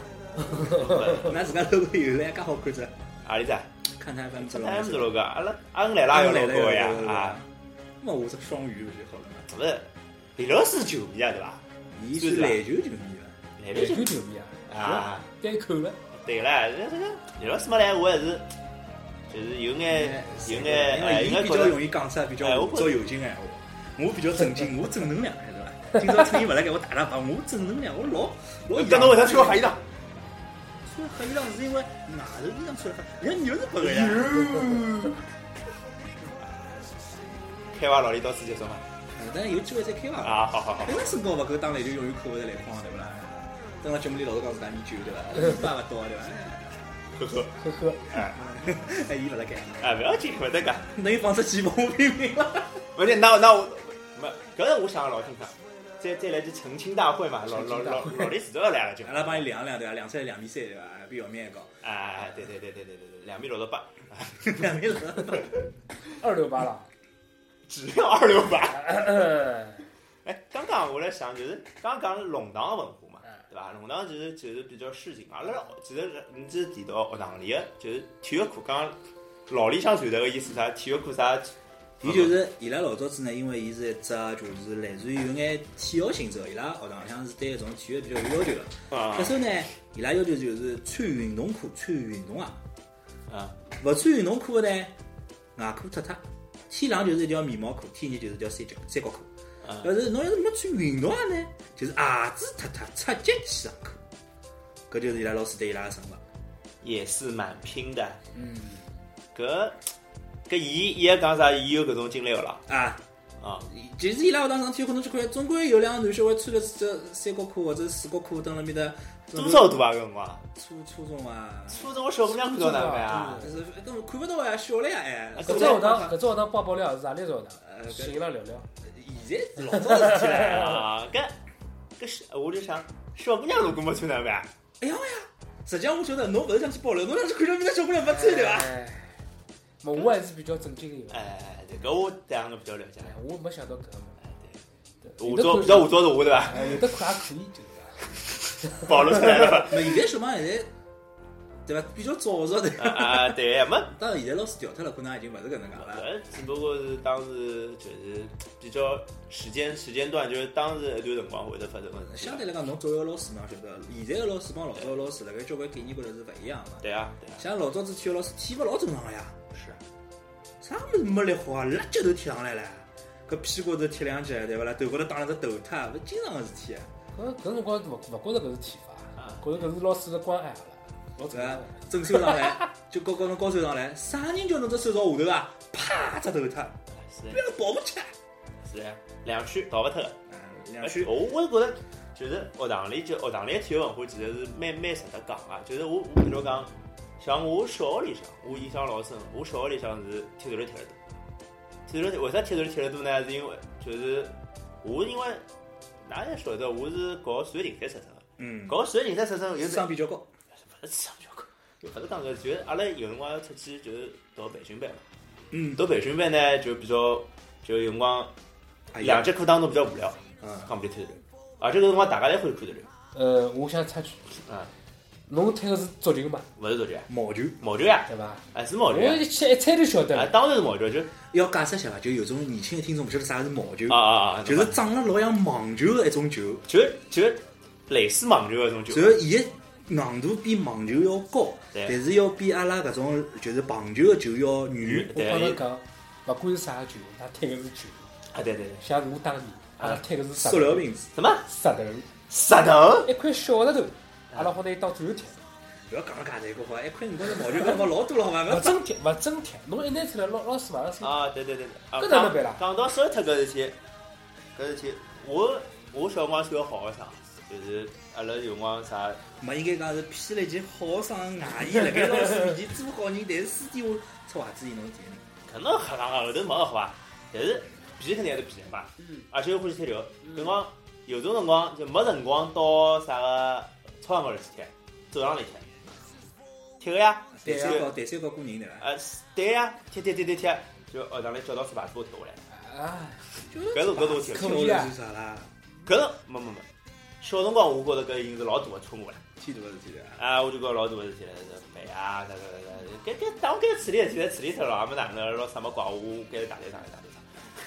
Speaker 4: 㑚自家 logo 有了，介好看着，
Speaker 3: 阿里只，
Speaker 4: 看他 FM 做
Speaker 3: 他们是
Speaker 4: logo。
Speaker 3: logo，阿拉阿恩来啦有 logo 呀啊，，
Speaker 4: 那我是双鱼不就好了嘛？
Speaker 3: 勿是，李老师球迷啊对伐？
Speaker 4: 伊是篮球球迷啊，
Speaker 3: 来
Speaker 5: 篮
Speaker 3: 来
Speaker 5: 球牛逼啊！
Speaker 3: 啊，
Speaker 5: 单口了，
Speaker 3: 对啦，这这个李老师嘛来，我还是就是有眼有
Speaker 4: 因
Speaker 3: 眼哎，
Speaker 4: 为
Speaker 3: 应
Speaker 4: 伊
Speaker 3: 该
Speaker 4: 比
Speaker 3: 觉
Speaker 4: 较
Speaker 3: 得
Speaker 4: 容易讲出来比较
Speaker 3: 哎我觉得
Speaker 4: 造有劲哎，我我比较正经，我正能量哎，对吧？今朝趁伊勿辣盖，我打打帮，我正能量，我老老
Speaker 3: 搿侬会得穿个黑衣裳，
Speaker 4: 穿黑衣裳是因为外头衣裳穿黑，人牛是白个呀。
Speaker 3: 哟，开挖老李到此结束嘛？
Speaker 4: 呃但有机会再开哎伐？
Speaker 3: 啊，好好好
Speaker 4: 反，正身高勿够，打篮球永远看勿着篮筐，对勿啦？等到节目里老是讲自家米酒，对伐？八勿到，对伐？
Speaker 3: 呵呵，
Speaker 5: 呵呵，
Speaker 3: 哎
Speaker 4: 哎，伊勿辣盖，
Speaker 3: 哎，不要紧，勿得讲。
Speaker 4: 能有放出几毛病病了？
Speaker 3: 勿是，那那我，没，搿个我想老听讲，再再来句澄清大会嘛，老老老老李迟早要来了就。
Speaker 4: 阿拉帮伊量量，对伐？量出来两米三，对伐？比姚明还高，
Speaker 3: 哎，对对对对对对对，两米六十八，
Speaker 4: 两米四。
Speaker 5: 二六八了。
Speaker 3: 只要二六八。
Speaker 5: 哎
Speaker 3: 哎，刚刚我来想，就是刚刚讲弄堂的文化嘛，对伐？弄堂其实其实比较市井，阿拉其实你只提到学堂里的，就是体育课，刚刚老里向传达个意思啥？体育课啥？
Speaker 4: 伊就是伊拉老早子呢，因为伊是一只就是类似于有眼体校性质的，伊拉学堂里向是对搿种体育比较有要求的。
Speaker 3: 啊
Speaker 4: 那时候呢，伊拉要求就是穿运动裤，穿运动鞋、
Speaker 3: 啊
Speaker 4: 勿穿运动裤的呢，外裤脱脱，天冷就是一条棉毛裤，天热就是一条三角三角裤。
Speaker 3: 啊！
Speaker 4: 要是侬要是没穿运动鞋呢，就是鞋子脱脱，赤脚去上课。搿就是伊拉老师对伊拉个惩罚。
Speaker 3: 也是蛮拼的。
Speaker 5: 嗯，
Speaker 3: 搿搿伊伊也讲啥？伊有搿种经历个啦
Speaker 4: 啊，
Speaker 3: 啊！
Speaker 4: 其实伊拉学堂上体育课侬去看，总归有两个男小孩穿着这三角裤或者四角裤蹲辣面搭。
Speaker 3: 多少大啊？搿辰光，
Speaker 4: 初初中啊，
Speaker 3: 初中小姑娘看到哪会啊？
Speaker 4: 就是根本看不到呀，小了呀，哎
Speaker 3: 啊。
Speaker 5: 搿只学堂，搿只学堂爆爆料是何里只学
Speaker 4: 呃
Speaker 5: 堂？
Speaker 4: 搿
Speaker 5: 谁拉聊聊？
Speaker 4: 现在是老早的事体了。
Speaker 3: 啊，搿搿是我就想，小姑娘如果没穿哪会啊？
Speaker 4: 哎呀呀，实际上我觉得侬勿是想去保留，侬想去看上面的小姑娘勿穿对伐？
Speaker 5: 哎？么我还是比较正经的，
Speaker 3: 哎，对搿我对俺个比较了解。
Speaker 5: 哎我没想到搿个嘛。
Speaker 3: 武装比较武装是我对伐？
Speaker 5: 哎有的看也可以，就是讲。
Speaker 3: 暴露出来了吧？
Speaker 4: 那现在小朋友现在对伐比较早熟的，
Speaker 3: 啊啊，对，没，
Speaker 4: 当然现在老师调脱了，可能已经勿是搿能介了。
Speaker 3: 搿只不过是当时就是比较时间时间段，就是当时一段辰光会得发生啊的事
Speaker 4: 相
Speaker 3: 体。
Speaker 4: 对来讲，侬作为个老师嘛，晓得现在个老师帮老早个老师辣盖交关概念高头是勿一样个。
Speaker 3: 对啊，对啊，
Speaker 4: 像老早子体育老师体罚老正常个呀，
Speaker 3: 是啊，
Speaker 4: 啥物事没立好啊，辣脚头踢上来了，搿屁股头踢两脚对勿啦？头高头打两只头塌，勿经常个事体啊。
Speaker 5: 搿搿辰光勿勿觉着搿是体罚，觉着搿是老师的关爱好了，老
Speaker 4: 是
Speaker 5: 正
Speaker 4: 吧
Speaker 3: 哦
Speaker 5: 常。？
Speaker 4: 正手上来 就高高侬高手上来，啥人叫侬只手朝下头啊？啪，只头塌，
Speaker 3: 是
Speaker 4: 不
Speaker 3: 啊
Speaker 4: 要跑不起来。
Speaker 3: 是啊，两区逃勿脱的。
Speaker 4: 啊，两圈
Speaker 3: 我我觉着就是学堂里就学堂里的体育文化其实是蛮蛮值得讲啊。就是我我比如讲，像我小学里向，我印象老深，我小学里向是踢足球踢得多。踢足球为啥踢足球踢得多呢？是因为就是我因为哪也晓得我是搞数学竞赛出身的，
Speaker 4: 嗯，
Speaker 3: 搞数学竞赛出身有时
Speaker 4: 伤比较高。
Speaker 3: 勿是上不了课，勿是讲搿，就是阿拉有辰光要出去就是读培训班嘛。
Speaker 4: 嗯，
Speaker 3: 读培训班呢就比较就有辰光
Speaker 4: 哎呀
Speaker 3: 两节课当中比较无聊，嗯
Speaker 4: 啊，
Speaker 3: 讲不就踢足球，而且搿辰光大家侪欢喜看足球。
Speaker 5: 呃，我想插句，
Speaker 3: 啊，
Speaker 5: 侬踢个是足球嘛，
Speaker 3: 勿是足球啊，
Speaker 4: 毛球
Speaker 3: 毛球呀，
Speaker 5: 对伐？
Speaker 3: 哎是毛
Speaker 5: 我
Speaker 3: 球呀，
Speaker 5: 一猜一猜就晓得
Speaker 3: 啊
Speaker 5: 了。
Speaker 3: 当然是毛球，就
Speaker 4: 要解释一下伐？就有种年轻的听众勿晓得啥是毛球
Speaker 3: 啊，啊啊，
Speaker 4: 就是长了老像网球的一种球，
Speaker 3: 就就类似网球搿种球
Speaker 4: 然，后伊的硬度比网球要高，
Speaker 3: 对
Speaker 4: 但是要比阿拉搿种就是棒球的球要
Speaker 3: 软
Speaker 4: 软。
Speaker 5: 我
Speaker 3: 对
Speaker 5: 帮侬
Speaker 3: 啊
Speaker 5: 讲，勿管是啥球，㑚踢个是球，
Speaker 3: 对对对，
Speaker 5: 像我当年，阿拉踢个是石
Speaker 4: 塑料
Speaker 5: 头，
Speaker 4: 瓶子，
Speaker 3: 什么
Speaker 5: 石头。
Speaker 3: 石头？
Speaker 5: 一块小石头，阿拉好拿伊当战友踢，
Speaker 4: 勿要讲了介侪个好哎伐？一块五角的毛球搿辰光老多了好伐？
Speaker 5: 勿
Speaker 4: 搿
Speaker 5: 真踢，勿真踢，侬一拿出来，老老师马上说，
Speaker 3: 啊对对对，啊
Speaker 5: 搿哪能办啦
Speaker 3: 讲讲到手脱搿事体，搿事体我我小辰光是个好学生，就是阿拉有辰光啥
Speaker 4: 没应该讲是披了一件好生外衣，辣盖老师面前做好人，但是私底下出坏主意侬点？
Speaker 3: 搿能瞎讲讲后头没个好伐？但是皮肯定还是皮嘛，而且又欢喜踢球，搿辰光有种辰光就没辰光到啥个操场高头去踢，走廊里踢，踢个呀，
Speaker 4: 对啊三
Speaker 3: 个
Speaker 4: 角，对三角过人对伐？
Speaker 3: 呃，对呀，踢踢踢踢踢，就学堂里教导处把子给我踢下来，
Speaker 5: 啊，
Speaker 3: 搿是搿是我踢的
Speaker 4: 踢下来是啥啦？
Speaker 3: 搿是没没没，小辰光我觉着搿已经是老大个错误了，
Speaker 4: 天大个事体啊！
Speaker 3: 啊，我就觉着老大个事体了，赔啊，啥啥啥，搿搿当搿处理事体处理脱了，也没哪能，老啥没怪我，我该打队打队打队打。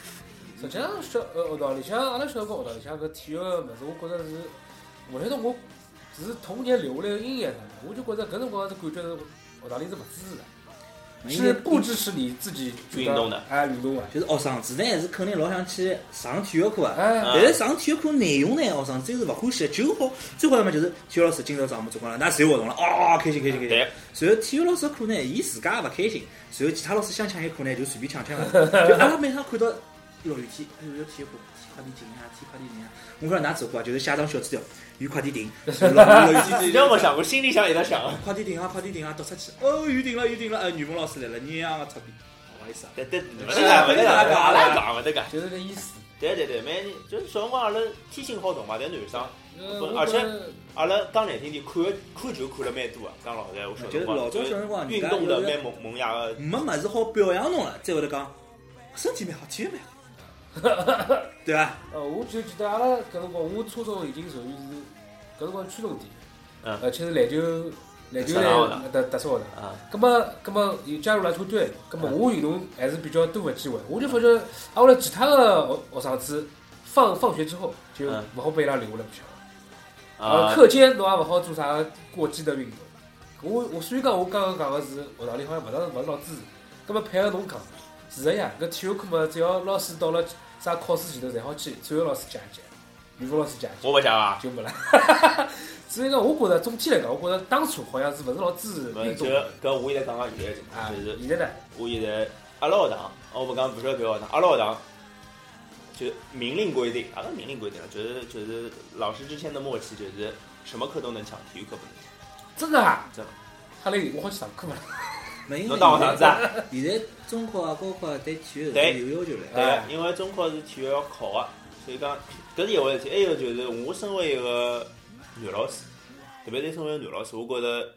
Speaker 5: 实际上小呃学堂里向，阿拉小辰光学堂里向搿体育个物事，我觉着是，勿晓得我是童年留下来个阴影啥的，我就觉着搿辰光是感觉是学堂里是勿支持的，是不支持你自己觉得
Speaker 3: 运动的
Speaker 5: 哎，运动的，
Speaker 4: 就是学生子呢是肯定老想去上体育课啊，
Speaker 5: 哎，
Speaker 4: 但是上体育课内容呢，哦学生真是勿欢喜，就好最好要么就是体育老师今朝上午做光了，㑚自由活动了，哦，开心开心开心。
Speaker 3: 对，
Speaker 4: 随后体育老师课呢，伊自家也勿开心，随后其他老师想抢伊课呢，就随便抢抢了。就阿拉每趟看到落雨天，哎呦，要体育课，天快点停啊，天快点停啊！我看㑚走过啊，就是写张小纸条，雨快点停，随后落雨天
Speaker 3: 你这没想过，心里想也在想，
Speaker 4: 快点停啊，快点停啊，读出去，哦，雨停了，雨停了，哎，语文老师来了，娘个擦逼，不好意思啊。
Speaker 3: 对对，不是讲，不是讲，阿拉讲勿得讲，
Speaker 5: 就是那意思。
Speaker 3: 对对对，每年就是小辰光阿拉天性好动嘛，但男生
Speaker 5: 呃
Speaker 3: 不
Speaker 5: 我
Speaker 3: 而且
Speaker 5: 觉得
Speaker 3: 阿拉讲难听点，看看球看了蛮多啊，讲老实闲话，小辰
Speaker 4: 就是
Speaker 3: 光
Speaker 4: 老早
Speaker 3: 就
Speaker 4: 小
Speaker 3: 是
Speaker 4: 辰光，
Speaker 3: 运
Speaker 4: 人家
Speaker 3: 动
Speaker 4: 有
Speaker 3: 的
Speaker 4: 的
Speaker 3: 蛮萌萌芽的，
Speaker 4: 没么子好表扬侬了，再会得讲身体蛮好，体育蛮好， 对伐？
Speaker 5: 呃，我就记得阿拉搿辰光，我初中已经属于是搿辰光区重点，
Speaker 3: 嗯
Speaker 5: 而且呃是篮球，篮球
Speaker 3: 特色学堂
Speaker 5: 呢，特特色学堂。
Speaker 3: 啊，嗯
Speaker 5: 葛么，葛么又加入篮球队，葛么我运动还是比较多的机会。我就发觉，阿拉其他的学学生子，放放学之后就
Speaker 3: 嗯
Speaker 5: 勿好被伊拉留下来不晓得。
Speaker 3: 啊
Speaker 5: 呃，，课间侬也勿好做啥过激的运动。我我虽然讲我刚刚讲的是学堂里好像勿是勿是老支持，葛么配合侬讲，是的呀，搿体育课嘛，只要老师到了啥考试前头侪好去，体育老师讲一讲，语文老师讲一
Speaker 3: 我
Speaker 5: 讲，
Speaker 3: 勿讲啊，
Speaker 5: 就没了。 所以讲，我觉着总体来讲，我觉着当初好像是勿是老支持
Speaker 3: 没
Speaker 5: 运
Speaker 3: 就
Speaker 5: 动
Speaker 3: 是
Speaker 5: 的
Speaker 3: 搿我现在讲讲现在的情
Speaker 5: 啊
Speaker 3: 况，就是。
Speaker 5: 现在呢，
Speaker 3: 我现在阿拉学堂，我勿讲勿晓得别个学堂，阿拉学堂就明令规定，阿拉明令规定了，就是就是老师之间的默契就是什么课都能抢，体育课不能抢。
Speaker 5: 真的啊，
Speaker 3: 真的。
Speaker 5: 哈来我好去上课嘛。
Speaker 4: 没
Speaker 3: 侬当我啥子啊？
Speaker 4: 现在中考啊、高考啊对体育
Speaker 3: 对
Speaker 4: 是有要求了。
Speaker 3: 对
Speaker 5: 哎，
Speaker 3: 因为中考是体育要考个，所以讲搿是一回事体。还有就是我身为一个男老师，特别是身为一个男老师，我觉着。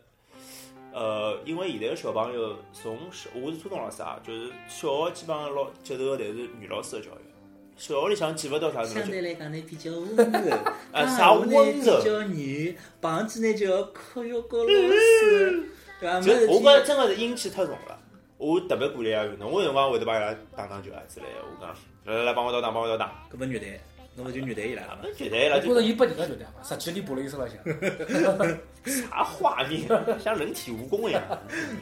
Speaker 3: 呃，因为现在个小朋友从小，我是初中老师啊，就是小学基本上老接受的侪是女老师的教育，小学里向见勿到啥什么教
Speaker 4: 相
Speaker 3: 育
Speaker 4: 对来讲呢比较温 柔，
Speaker 3: 啊
Speaker 4: 啊
Speaker 3: 啥
Speaker 4: 我呢
Speaker 3: 温柔
Speaker 4: 比较女，棒子呢就要靠要靠老 师，对伐？
Speaker 3: 就
Speaker 4: 没事体
Speaker 3: 我觉着真的是阴气太重了。我特别鼓励伊拉运动，我有辰光会得帮伊拉打打球啊之类的。我讲来来来，帮我倒打，帮我倒打。
Speaker 4: 搿么虐待，侬勿就虐待伊拉
Speaker 3: 啊
Speaker 4: 了，
Speaker 3: 那绝对
Speaker 5: 我
Speaker 3: 了，
Speaker 5: 觉
Speaker 3: 就
Speaker 5: 着伊拨人家觉得嘛，实际里拨了伊身浪向。
Speaker 3: 啥画面，像人体蜈蚣一样。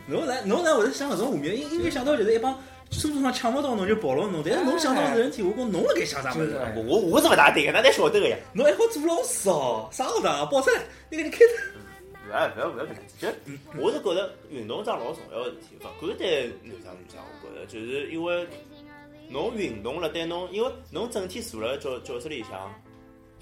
Speaker 4: 侬哪侬哪会得想搿种画面？应应该想到就是一帮书桌上抢勿到侬就暴露侬，但是侬想到是人体蜈蚣，侬辣盖想啥物
Speaker 5: 真
Speaker 4: 事
Speaker 5: 的？哎
Speaker 3: 我我我是勿大对个，哪能晓得个呀？
Speaker 4: 侬还好做老师哦，啥学堂啊？报出来，那个你开
Speaker 3: 勿要勿要勿要搿样子。就我是觉着运动是桩老重要个事体，勿管对男生女生，我觉着就是因为侬运动了，对侬因为侬整天坐辣教教室里向。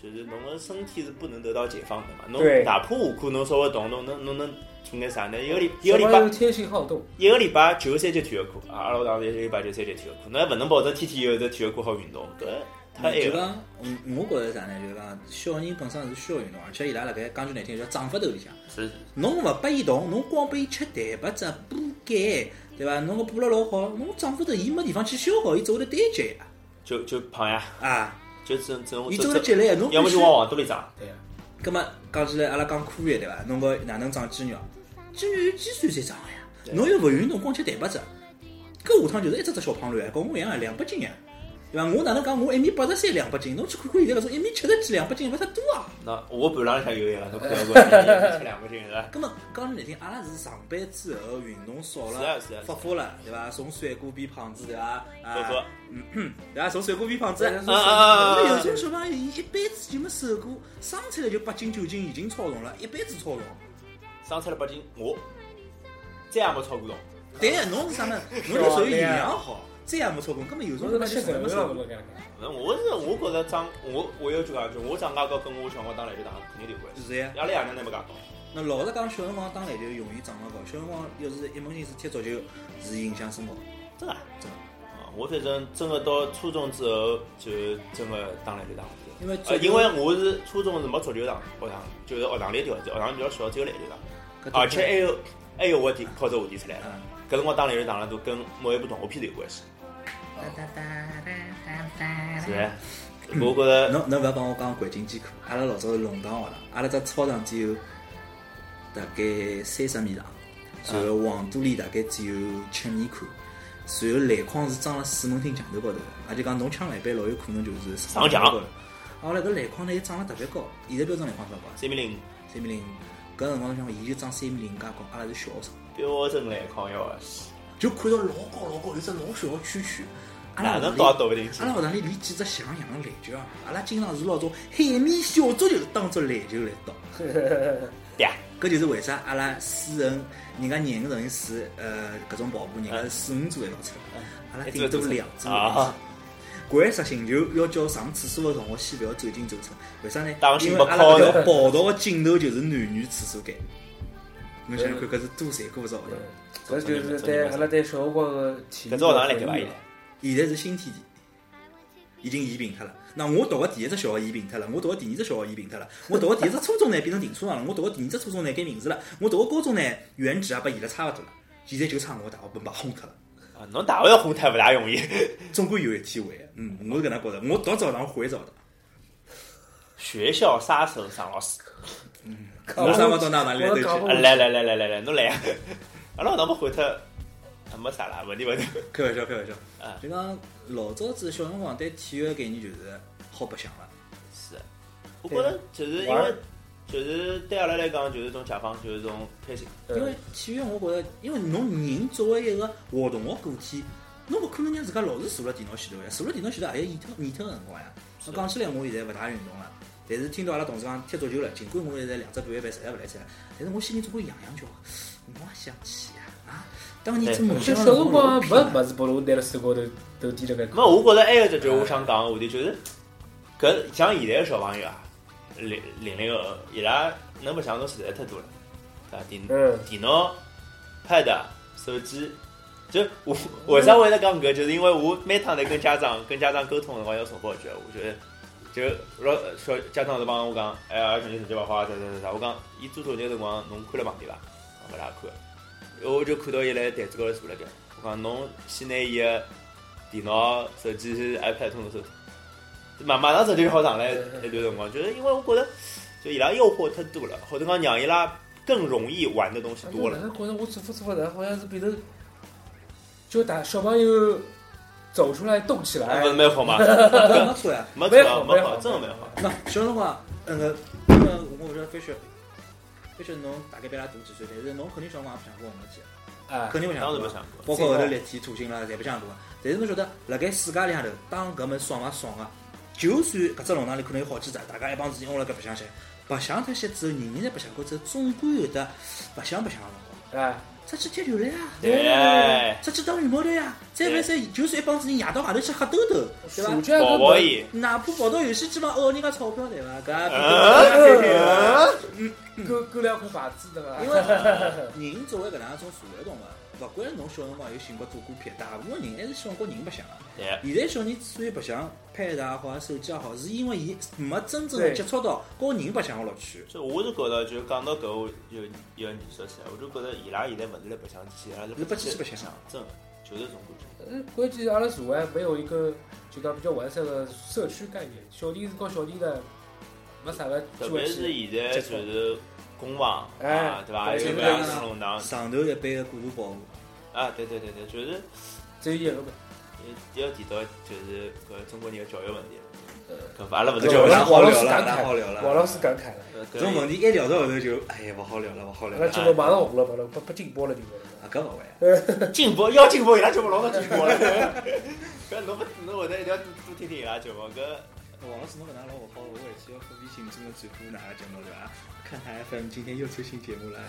Speaker 3: 就是侬个身体是不能得到解放的嘛，侬
Speaker 5: 对
Speaker 3: 哪怕下课侬稍微动动，侬侬能做眼啥呢？一个礼一
Speaker 5: 小
Speaker 3: 个
Speaker 5: 朋
Speaker 3: 礼拜
Speaker 5: 友天性好动，
Speaker 3: 一个礼拜九十三节体育课啊，阿拉学堂一个礼拜九十三节体育课，侬还勿能保证天天有得体育课好运动，搿太
Speaker 4: 就
Speaker 3: 晚了。
Speaker 4: 讲，嗯我我觉着啥呢？就是讲，小人本身是需要运动，而且伊拉辣盖讲句难听，叫长发头里向。
Speaker 3: 是
Speaker 4: 侬勿拨伊动，侬光拨伊吃蛋白质、补钙，对伐？侬搿补了老好，侬长发头伊没地方去消耗，伊只会得单结呀。
Speaker 3: 就就胖呀，
Speaker 4: 啊，
Speaker 3: 就只只
Speaker 4: 伊
Speaker 3: 只
Speaker 4: 只
Speaker 3: 只
Speaker 4: 会得积累，侬
Speaker 3: 要么
Speaker 4: 必须
Speaker 3: 就往黄肚里长。
Speaker 5: 对呀。
Speaker 4: 葛末讲起来，阿拉讲科学对伐？侬讲哪能长肌肉？肌肉有肌酸才长个呀。侬又勿运动，光吃蛋白质，搿下趟就是一只只小胖卵，跟我一样啊，两百斤呀，对伐？我哪能讲我一米八十三两百斤？侬去看看现在搿种一米七十几两百斤，勿太多啊。
Speaker 3: 那我半浪向有一个，侬看到过，吃两块钱是吧？
Speaker 4: 葛末讲句难听，阿拉是上班之后运动少
Speaker 3: 是啊
Speaker 4: 了
Speaker 3: 是啊，
Speaker 4: 发福了，对伐？从帅哥变胖子，对伐？
Speaker 3: 不
Speaker 4: 啊，
Speaker 3: 不，
Speaker 4: 对伐？从帅哥变胖子。
Speaker 5: 嗯
Speaker 3: 嗯嗯
Speaker 4: 我
Speaker 3: 嗯
Speaker 4: 有些小朋友一辈子就没瘦过，生出来就八斤九斤，已经超重了，一辈子超重。
Speaker 3: 生出来八斤，我再也没超过侬。
Speaker 4: 对，侬是啥么？侬就属于营养好，再也没超过，根本有种
Speaker 5: 侬是
Speaker 4: 人
Speaker 5: 那
Speaker 4: 就
Speaker 5: 吃
Speaker 4: 啥
Speaker 5: 什
Speaker 4: 没
Speaker 5: 么
Speaker 4: 超
Speaker 5: 了？
Speaker 4: 过。
Speaker 5: 我讲讲。
Speaker 3: 那我是我觉着长，我我有句讲句，我长高高跟我小辰光打篮球打肯定有关系。
Speaker 4: 是呀，
Speaker 3: 阿拉爷娘那没讲，
Speaker 4: 那老实讲，小辰光打篮球容易长得高，小辰光要是一门心思踢足球，是影响身高。
Speaker 3: 真的啊
Speaker 4: 真的
Speaker 3: 啊！我反正真的到初中之后就真的打篮球打不动。
Speaker 4: 因为
Speaker 3: 呃，
Speaker 4: 足球
Speaker 3: 因为我是初中是没足球场，学堂就是学堂里条件，学堂比较小，只有篮球场，
Speaker 4: 搿
Speaker 3: 而啊且还有还有我题靠着话题出来了。
Speaker 4: 嗯
Speaker 3: 搿辰光打篮球场了，都跟某一部动画片有关系，
Speaker 5: 哎嗯
Speaker 3: 是不是？我觉 着
Speaker 4: 呃侬侬勿要帮我讲环境艰苦，阿拉老早是弄堂学堂，阿拉只操场只有大概三十米长，然后黄土里大概只有七米宽，然后篮筐是装了四门厅墙头高头的，也就讲侬抢篮板老有可能就是
Speaker 3: 上墙
Speaker 4: 高头。后来搿篮筐呢又涨了特别高，现在标准篮筐多少高啊？
Speaker 3: 三米零
Speaker 4: 三米零五。搿辰光侬想，伊就涨三米零加高，阿拉是小学生。
Speaker 3: 标准篮筐要的，啊
Speaker 4: 就看到老高老高有只老小个蛐蛐，
Speaker 5: 哎
Speaker 4: 阿拉
Speaker 3: 哪能
Speaker 4: 学
Speaker 3: 搞
Speaker 4: 堂
Speaker 3: 也搞勿定去
Speaker 4: 阿？拉学堂里练几只像样的篮球啊，阿拉经常是拿种海绵小足球当做篮球来打。
Speaker 3: 对啊，
Speaker 4: 搿就是为啥阿拉四人，人家廿个人四，呃，搿种跑步，人家四五组一道出，阿拉顶多两
Speaker 5: 哎
Speaker 4: 组。
Speaker 3: 啊，
Speaker 4: 掼石寻球要叫上厕所的同学先勿要走进走出，为啥呢
Speaker 3: 打？
Speaker 4: 因
Speaker 3: 乒乓
Speaker 4: 为阿拉搿条
Speaker 3: 的
Speaker 4: 跑道的尽头就是男女厕所间。侬想想看，搿是多残酷个学堂。
Speaker 5: 搿就是对阿拉对小辰光个体育的
Speaker 3: 搿只学堂来对伐？伊
Speaker 5: 回忆
Speaker 3: 拉
Speaker 5: 啊
Speaker 4: 现在是新天地，已经移平脱了。那我读个第一只小学移平脱了，我读个第二只小学移平脱了，我读个第一只初中呢变成停车场了，我读个第二只初中呢改名字了，我读个高中呢原址也拨伊拉差勿多了，现在就差我大学本把轰脱了。
Speaker 3: 啊侬大学要混太勿大容易，
Speaker 4: 总归有一天会，嗯，我是搿能觉着，我读早堂回早堂。
Speaker 3: 学校杀手张老师，
Speaker 4: 我啥么到哪哪里来都去
Speaker 5: 我讲
Speaker 3: 啊来来来来来来，侬来啊，阿拉学堂没混脱，啊没啥啦，问题勿大。
Speaker 4: 开玩笑，开玩笑
Speaker 3: 啊。
Speaker 4: 就讲老早子小辰光对体育个概念就是好白相了，
Speaker 3: 是，我觉着就是因
Speaker 5: 玩
Speaker 3: 为
Speaker 5: 儿
Speaker 3: 就是对阿拉来讲，就是种解放，就是种开心。
Speaker 5: 嗯
Speaker 4: 因为体育我觉着，因为侬人作为一个活动个个体，侬勿可能让自家老是坐辣电脑前头呀，坐辣电脑前头也有腻脱腻脱个辰光呀。
Speaker 3: 是
Speaker 4: 那讲起来，我现在勿大运动了，但是听到阿拉同事讲踢足球了，尽管我现在两只半月板实在勿来塞了，但是我心里总归痒痒叫，我也想去呀啊！当年子梦
Speaker 5: 就
Speaker 4: 想
Speaker 5: 小辰光
Speaker 4: 没
Speaker 5: 没物事拨侬拿辣手高头头低了
Speaker 3: 那
Speaker 5: 个，
Speaker 3: 我觉着还有一只就是我想讲个话题，就是搿像现在个小朋友啊，零零零后，伊拉能白相的东西实在太多了，对伐？电
Speaker 5: 嗯，
Speaker 3: 电脑、pad、手机，就我为啥会得讲搿？就是因为我每趟来跟家长跟家长沟通的辰光要重复一句，我觉得。就老小家长是帮我讲，哎呀，小人成绩勿好啊，啥啥啥啥。我讲，伊做作业个辰光，侬看了旁边伐？我勿大看。我就看到伊辣台子高头坐辣盖。我讲，侬先拿伊个电脑、手机、iPad 通通收脱。马马上手机就好上来一段辰光，就是因为我觉得，就伊拉诱惑太多了，或者讲让伊拉更容易玩的东西多了
Speaker 5: 哪。能觉着我做副做副，好像是变成就打小朋友走出来动起来
Speaker 3: 那，蛮好嘛，
Speaker 4: 没错呀。
Speaker 3: 没
Speaker 5: 蛮
Speaker 3: 错，
Speaker 5: 好
Speaker 3: 没
Speaker 5: 蛮好
Speaker 3: 真的蛮好。
Speaker 4: 那小辰光，那个，那个我勿晓得飞雪，飞雪侬大概比阿拉大几岁，但是侬肯定小辰光也白相过红绿机，
Speaker 5: 哎，
Speaker 4: 肯定白相
Speaker 3: 当然
Speaker 4: 过
Speaker 3: 没
Speaker 4: 红绿
Speaker 3: 想
Speaker 4: 机，
Speaker 3: 过，
Speaker 4: 包括后头立体土星啦，侪白相过。但是侬晓得，辣盖世界里向头，当搿门爽伐爽啊！就算搿只弄堂里可能有好几只，大家一帮子人窝辣搿白相些，白相脱些之后，人人侪白相过之后，总归有得白相白相个辰光。
Speaker 5: 哎，
Speaker 4: 出去踢球了呀，
Speaker 3: 对
Speaker 4: 出去打羽毛了呀，再勿再就算一帮子人夜到外头去黑兜兜，对伐
Speaker 5: 暑？假
Speaker 3: 宝
Speaker 5: 搿
Speaker 3: 宝伊，
Speaker 4: 哪怕跑到游戏机房讹人家钞票对伐？搿也
Speaker 3: 嗯
Speaker 4: 比较
Speaker 3: 嗯
Speaker 5: 够够两块牌子对伐？
Speaker 4: 因为人作为搿能样一种社会动物，勿管侬小辰光有寻过做过片，大部分人还是喜欢跟人白相个。啊
Speaker 3: 对，
Speaker 4: 现在小人之所以白相 pad 也好啊，手机也好，是因为伊没真正的接触到跟人白相个乐趣。
Speaker 3: 就我是觉得，就讲到搿个有有艺术起来，我就觉得伊拉现在勿是辣白相机，伊拉是
Speaker 4: 是
Speaker 3: 白
Speaker 4: 白相
Speaker 3: 相，真的就是这种感觉。
Speaker 5: 呃，关键阿拉社会没有一个就讲比较完善的社区概念，小人跟小人呢没啥个
Speaker 3: 特
Speaker 5: 聚
Speaker 3: 别
Speaker 5: 会
Speaker 3: 是
Speaker 5: 去。
Speaker 3: 现在就是工坊啊
Speaker 5: 哎，
Speaker 3: 对伐？还有
Speaker 5: 对
Speaker 3: 各样子弄堂
Speaker 4: 上头一般个过度保护，
Speaker 3: 啊，对对对对，就是
Speaker 5: 只有一个嘛，
Speaker 3: 要提到就是搿中国人的教育问题，
Speaker 5: 呃，
Speaker 3: 搿阿拉勿是呃
Speaker 5: 搿
Speaker 3: 教
Speaker 5: 我们王
Speaker 3: 育问题，
Speaker 4: 那好
Speaker 5: 老
Speaker 4: 聊
Speaker 5: 师
Speaker 4: 了，
Speaker 5: 感
Speaker 4: 那
Speaker 5: 慨
Speaker 4: 好聊了。
Speaker 5: 王老师感慨了，
Speaker 4: 搿种问
Speaker 3: 题
Speaker 4: 题一聊到后头就，哎呀，勿好聊了，勿好聊
Speaker 5: 那
Speaker 4: 了。
Speaker 5: 节目马上红了，马上被被禁播了就没了。
Speaker 4: 啊，搿勿会。
Speaker 3: 进步要进步，伊拉节目老早进步了。 搿侬勿侬后头一定要多听听伊啊拉节目，搿
Speaker 4: 王老师，侬搿能老勿好，我回去要发微信，专门转播哪个节目对伐？看台 FM 今天又出新节目了，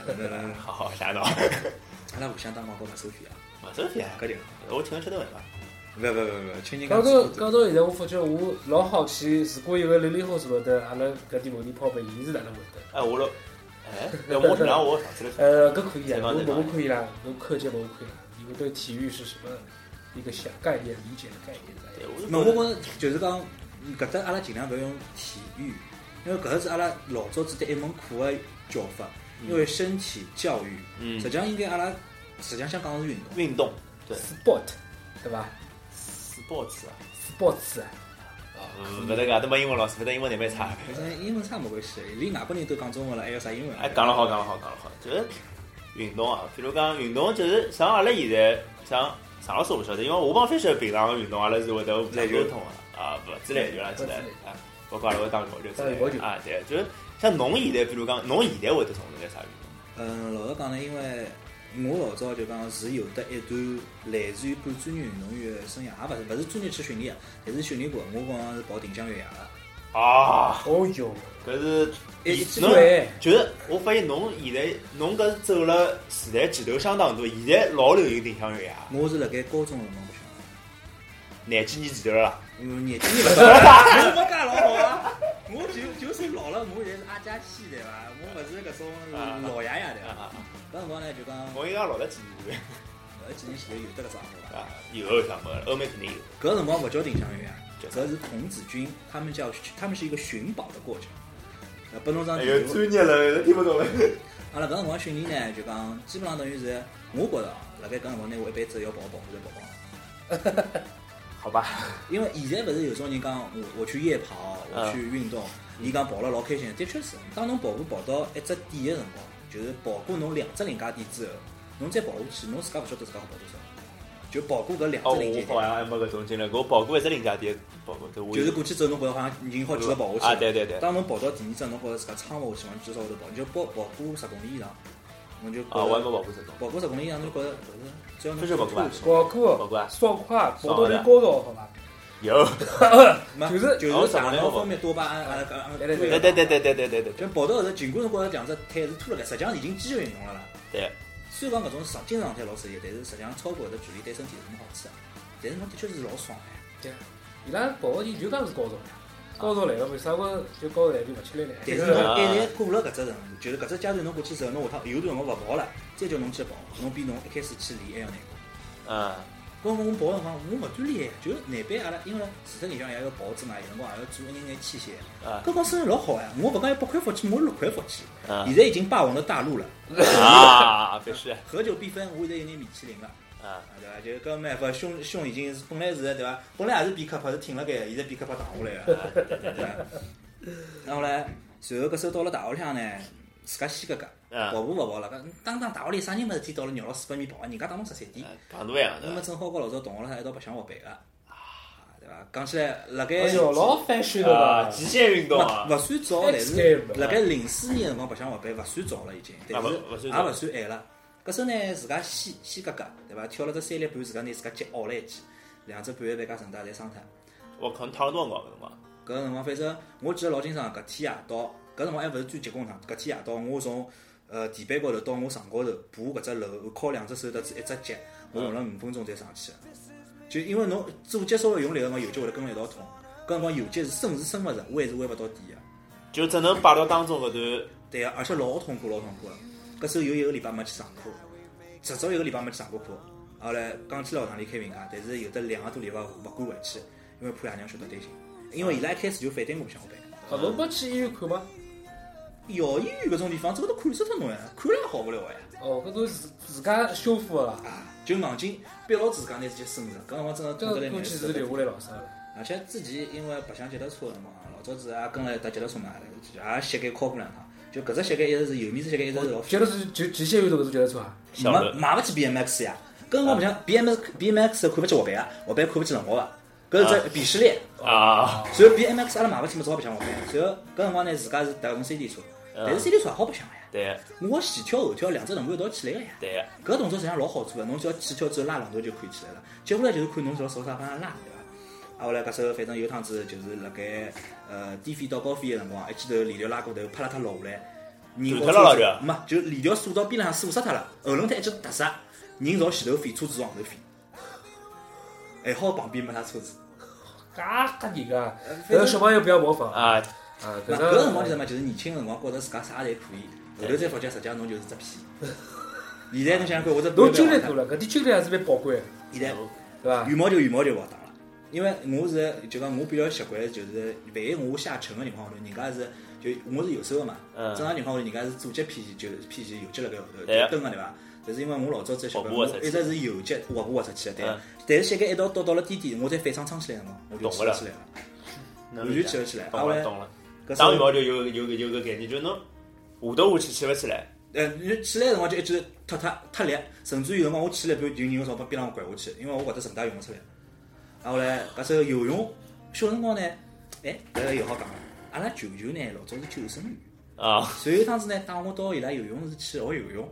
Speaker 3: 好好瞎闹。
Speaker 4: 阿拉互相打广告勿收费啊，
Speaker 3: 勿收费啊，
Speaker 4: 搿点。
Speaker 3: 我请侬吃顿饭吧。
Speaker 4: 勿勿勿勿，请人家
Speaker 5: 讲到
Speaker 4: 吃
Speaker 5: 讲到现在，我发觉我老好奇，如果有个零零后坐落得阿拉搿点问题抛拨伊，是哪能回答？
Speaker 3: 哎，我了，哎，要 我让我上次来
Speaker 5: 呃，搿可以啊，
Speaker 3: 采
Speaker 5: 我
Speaker 3: 访采访
Speaker 5: 我可以啦，我课间我可以啦。你们对体育是什么一个想概念、理解的概念来？
Speaker 3: 对，我是
Speaker 4: 那
Speaker 3: 觉
Speaker 4: 我
Speaker 3: 得
Speaker 4: 觉着就是讲，搿搭阿拉尽量勿要用体育，因为搿是阿拉老早子的一门课个叫法，因为身体教育，
Speaker 3: 嗯
Speaker 4: 实际上应该阿拉实际上想讲的是运动。
Speaker 3: 运动对
Speaker 5: sport 对吧
Speaker 3: sports 啊，
Speaker 5: ？sports 啊，
Speaker 3: 嗯勿得讲，都没英文老师，勿得英文难蛮差。
Speaker 4: 反正英文差没关系，连外国人都讲中文了，还要啥英文啊？
Speaker 3: 哎，讲了好，讲了好，讲了好，就是运动啊，比如讲运动，就是像阿拉现在像常老师我晓得，因为我帮 Fisher 平常的运动阿拉是会得互相沟通的啊，勿止篮球啦，之类的啊，包括阿拉会打羽毛球之
Speaker 5: 打羽毛
Speaker 3: 类
Speaker 5: 球
Speaker 3: 的啊，对，就是像侬现在，比如讲侬现在会得从事点啥运动？
Speaker 4: 嗯，老实讲呢，因为我老早就讲是有得一段类似于半专业运动员的生涯，也勿是勿是专业去训练，但是训练过。我讲是跑定向越野的，
Speaker 3: 啊，
Speaker 5: 哦哟，
Speaker 3: 搿是
Speaker 5: 一次机
Speaker 3: 侬
Speaker 5: 会
Speaker 3: 就是我发现侬现在侬搿是走了时代前头相当多，现在老流行定向越野，
Speaker 4: 我是辣盖高中的辰光去，
Speaker 3: 廿几年前头了啦。
Speaker 4: 嗯，年纪勿大，我没介老好啊。我就就算老了，我现在是阿加西对伐？我勿是搿种老爷爷对伐？
Speaker 3: 啊，
Speaker 4: 搿辰光呢就讲，
Speaker 3: 我应该老了几年
Speaker 4: 搿几年前头有得搿只项目伐？
Speaker 3: 啊，有有项目了，欧美肯定有。
Speaker 4: 搿辰光勿叫定向越野，
Speaker 3: 叫啥
Speaker 4: 搿是童子军，他们叫他们是一个寻宝的过程。呃，拨侬张
Speaker 3: 哎
Speaker 4: 地
Speaker 3: 呦，
Speaker 4: 图，
Speaker 3: 专业了，听不懂了。
Speaker 4: 阿拉搿辰光训练呢，就讲基本上等于是，我觉着啊，辣盖搿辰光呢，我一辈子要跑跑步就跑跑。
Speaker 3: 好吧，
Speaker 4: 因为现在勿是有种人讲，我我去夜跑，我去运动，
Speaker 3: 嗯
Speaker 4: 伊讲跑了老开心，的确是。当侬跑步跑到一只点的辰光，就是跑过侬两只临界点之后，侬再跑下去，侬自家勿晓得自家好跑多少，就跑过搿两
Speaker 3: 哦，
Speaker 4: 只临界
Speaker 3: 我好
Speaker 4: 点，
Speaker 3: 像还没搿种经历，我跑过一只零家店，跑过，这我
Speaker 4: 就是过去之后侬觉着好像已经好几个跑下去了。
Speaker 3: 啊，对对对，
Speaker 4: 当侬跑到第二只，侬觉着自家撑勿下去，往几只高头跑，你就跑跑过十公里以上，侬就觉
Speaker 3: 啊，我还没
Speaker 4: 着
Speaker 3: 跑过这种，
Speaker 4: 跑过十公里以上，侬觉着
Speaker 3: 啊
Speaker 4: 勿是，只要侬
Speaker 3: 不是跑过吧
Speaker 4: 吐
Speaker 5: 跑
Speaker 3: 跑
Speaker 5: 过，
Speaker 3: 过啊
Speaker 5: 爽快，跑
Speaker 3: 爽
Speaker 5: 到
Speaker 3: 快
Speaker 5: 最高潮，好伐？
Speaker 3: 有，
Speaker 4: 没
Speaker 5: 就是
Speaker 3: 哦
Speaker 4: 就是大脑方面多巴胺，呃阿拉讲，
Speaker 5: 对对
Speaker 3: 对对对对对对对对
Speaker 4: 就跑到后头，尽管侬觉着两只腿是拖了该，实际上已经肌肉运动了啦。
Speaker 3: 对，
Speaker 4: 虽然讲搿种上精神状态老适宜，但是实际上超过搿只距离对身体有什么好处啊？但是侬的确是老爽的，
Speaker 5: 对，伊拉跑个就讲是高潮呀，高潮来了，为啥我就高潮来就勿吃力了？
Speaker 4: 但是侬一旦过了搿只程度，就是搿只阶段侬过去之后，侬下趟有段辰光勿跑了，再叫侬去跑，侬比侬一开始去练还要难过。
Speaker 3: 嗯，
Speaker 4: 搿辰光我跑的辰光我勿锻炼，就是难办阿拉，因为除脱里向也要跑之外，有辰光也要做一眼眼器械。
Speaker 3: 啊
Speaker 4: 搿辰光生意老好呀，我勿讲要八块福气，我六块福气。
Speaker 3: 嗯
Speaker 4: 现在已经霸王了大陆了，
Speaker 3: 啊，必须，
Speaker 4: 合久必分，我现在有眼米其林了。
Speaker 3: 啊，
Speaker 4: 啊，对伐？就是搿没办法，胸胸已经是本来是对伐？本来也是比克帕是挺辣盖，现在比克帕打下来 了，对伐？然后嘞，随后搿时候到了大学里向呢，自家先搿个
Speaker 3: 嗯
Speaker 4: 跑步勿跑了，搿当当大学里啥人没事体到了绕了四百米跑啊，人家打侬十三点，
Speaker 3: 长度一样
Speaker 4: 我们
Speaker 3: 的，
Speaker 4: 正好跟老早同学了一道白相滑板个，啊，对伐？讲起来辣盖
Speaker 5: 哎呦，老翻身的
Speaker 3: 啊，
Speaker 5: 吧？
Speaker 3: 极限运动啊，
Speaker 4: 勿算早，但是辣盖零四年个辰光白相滑板勿算早了已经，但是
Speaker 3: 啊
Speaker 4: 也
Speaker 3: 勿
Speaker 4: 啊勿
Speaker 3: 勿算早
Speaker 4: 算晚了。搿时候呢，自家先先格格对伐？跳了只三粒半，自家拿自家脚拗了一记，两只半月板加韧带侪伤脱。
Speaker 3: 我靠，躺了多少辰光？
Speaker 4: 搿辰光反正我记得老清爽，搿天夜到，搿辰光还勿是最结棍趟，搿天夜到我从呃地板高头到我床高头爬搿只楼，靠两只手搭子一只脚，我用了五分钟才上去的。就因为侬左脚稍微用力个辰光，右脚会得跟牢一道痛。搿辰光右脚是伸是伸勿着，弯是弯勿到底啊个。
Speaker 3: 就只能摆到当中搿段，
Speaker 4: 对个、而且老痛苦，老痛苦个。搿时候有一个礼拜没去上课，至少一个礼拜没去上过课。后来刚去了学堂里开评价，但是有的两个多礼拜勿敢回去，因为怕爷娘晓得担心。因为伊拉一开始就反对我哎想学班。
Speaker 5: 啊，侬没去医院看吗？
Speaker 4: 幼医院搿种地方，这个都看死脱侬呀，看了也好勿了呀。
Speaker 5: 哦，搿都是自自家修复的啦，
Speaker 4: 啊，就硬劲逼牢自家拿自己伸直，搿辰光真的
Speaker 5: 搿
Speaker 4: 痛
Speaker 5: 个
Speaker 4: 得来难
Speaker 5: 估计
Speaker 4: 受
Speaker 5: 是留下来老伤了。
Speaker 4: 而且之前因为白相脚踏车个辰光，老早子也跟了一搭脚踏车嘛，也膝盖敲过两趟。就搿只膝盖一直是右面只膝盖一直是老
Speaker 5: 觉得是极极限运动搿种觉得错啊？
Speaker 3: 小
Speaker 4: 买
Speaker 3: 的
Speaker 4: 买勿起 BMX 呀。搿辰光白相 BMX BMX 看勿起滑板啊，滑板看勿起轮滑啊。搿是只鄙视链。
Speaker 3: 啊，
Speaker 4: 随后 BMX 阿拉买勿起嘛，只好白相滑板。随后搿辰光呢，自家是搭搿种山地车，但是山地车也好白相个呀。
Speaker 3: 对
Speaker 4: 我前跳后跳两只轮毂一道起来个呀。
Speaker 3: 对，
Speaker 4: 搿动作实际上老好做的，侬只要起跳之后拉两头就可以起来了。接下来就是看侬只要手啥方向拉，对伐？啊，后来搿时候反正有趟子就是辣盖呃低飞到高飞个辰光，一记头链条拉过头，啪啦它落下来，人
Speaker 3: 断脱了
Speaker 4: 车子没就链条锁到边浪锁死脱了，后轮胎一记头踏刹，人朝前头飞，车子朝后头飞。还好旁边没啥车子，
Speaker 5: 嘎嘎人啊！搿个小朋友不要模仿啊！
Speaker 3: 啊，
Speaker 5: 搿
Speaker 4: 那搿个辰
Speaker 5: 个
Speaker 4: 光你知道吗？就是年轻个辰光觉着自家啥侪可以，后头再发觉实际上侬就是只屁。现在侬想想看，我这
Speaker 5: 侬经历过了，搿点经历还是蛮宝贵的，
Speaker 4: 现在
Speaker 5: 对伐
Speaker 4: 啊羽？毛球羽毛球勿好打了，因为我是就讲我比较习惯就是，万一我下沉个情况下头，人家是就我是右手个嘛，
Speaker 3: 嗯
Speaker 4: 正常情况下头人家是左脚偏前，就是偏前右脚辣盖后头
Speaker 3: 对
Speaker 4: 就蹲个对伐？但是因为我老早子习惯，
Speaker 3: 跑步
Speaker 4: 我
Speaker 3: 的时候
Speaker 4: 一直是右脚滑步滑出去的，对
Speaker 3: 嗯。
Speaker 4: 但是膝盖一到到到了低点，我再反撑撑起来个辰光，我就
Speaker 3: 懂
Speaker 4: 起
Speaker 3: 不
Speaker 4: 勿
Speaker 3: 了
Speaker 4: 起来了。
Speaker 3: 能
Speaker 4: 完
Speaker 3: 理
Speaker 4: 全
Speaker 3: 解
Speaker 4: 起勿起来。
Speaker 3: 懂了懂了，
Speaker 4: 搿时
Speaker 3: 打羽
Speaker 4: 候，
Speaker 3: 毛球有有有个概念，就是侬下头下去起勿起来，
Speaker 4: 呃，你起来个辰光就一直踢踢踢力，甚至于有辰光我起来一半，就人从旁边浪拐下去，因为我搿只韧带用勿出来。然后嘞，搿时候游泳，小辰光呢，哎，搿个又好讲了。阿拉舅舅呢，老早是救生员，
Speaker 3: 啊
Speaker 4: 所以有一趟子呢，带我到伊拉游泳池去学游泳。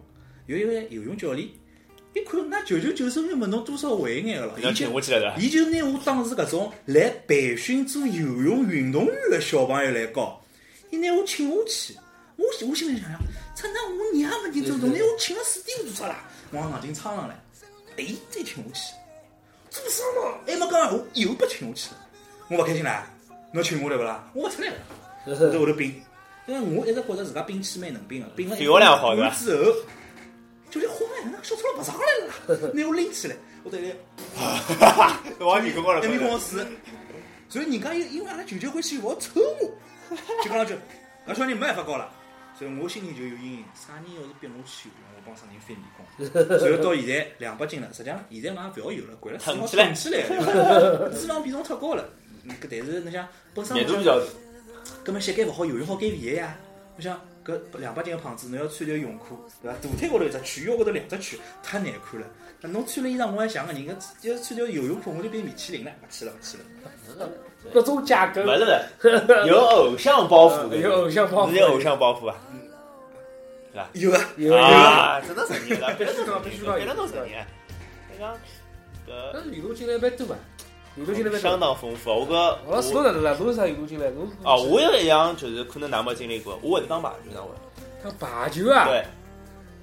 Speaker 4: 有一个游泳教练，一看㑚九九九生命么侬多少会一眼个咯，
Speaker 3: 侬
Speaker 4: 伊就
Speaker 3: 请下去了对伐？
Speaker 4: 伊就拿我当时搿种来培训做游泳运动员的小朋友来教，伊拿我请下去，我心我心里想想，操，那我娘勿认真，侬拿我请了死地做啥啦？往硬劲撑上来，哎，再请下去，做啥嘛？还没讲闲话，又被请下去了，我勿开心啦，侬请我来勿啦？我勿出来了，我在后头冰，因为我一直觉着自家冰气蛮能冰个，啊冰了一
Speaker 3: 肺活量好对伐
Speaker 4: 半年之后。教练慌了，那小车了爬上来 了，拿我拎起来，我在那。
Speaker 3: 往面高高了
Speaker 4: 还没跟
Speaker 3: 高
Speaker 4: 我
Speaker 3: 了，
Speaker 4: 死。所以人家又因为阿拉舅舅欢喜勿好抽我，就讲 了句，搿小人没办法教了。所以我心里就有阴影，啥人要是逼我去游泳，我帮啥人翻面孔。然后到现在两百斤了，实际上现在嘛勿要游了，掼了脂肪囤起来，对伐 脂肪比重太高了。嗯搿但是侬想，本身
Speaker 3: 难度
Speaker 4: 侬
Speaker 3: 比
Speaker 4: 想
Speaker 3: 较大。
Speaker 4: 搿么膝盖勿好，游泳好减肥个呀。我想搿两百斤个胖子，侬要穿条泳裤，对伐？大腿高头一只圈，腰高头两只圈，太难看了。那侬穿了衣裳，我还像个人，搿要穿条游泳裤，我就变米其林了，勿去了，勿去了。
Speaker 5: 各种架构
Speaker 3: 勿，是勿是，有偶像包袱的，
Speaker 5: 有偶像包袱
Speaker 3: 你有偶像包袱伐？
Speaker 4: 有啊，
Speaker 5: 有有有。
Speaker 3: 啊，真的承认了，别人都
Speaker 5: 必须
Speaker 3: 承
Speaker 5: 要
Speaker 3: 认，
Speaker 5: 有
Speaker 3: 别人都承认。你讲
Speaker 5: 但是运动经历蛮多嘛，啊运动经历
Speaker 3: 搿
Speaker 5: 蛮多
Speaker 3: 相。当丰富，我个
Speaker 5: 王老师侬哪能啦？侬有啥运动经历？侬
Speaker 3: 哦，我有一样就是可能㑚没经历过，我会打排球，那会，
Speaker 5: 他排球啊，
Speaker 3: 对，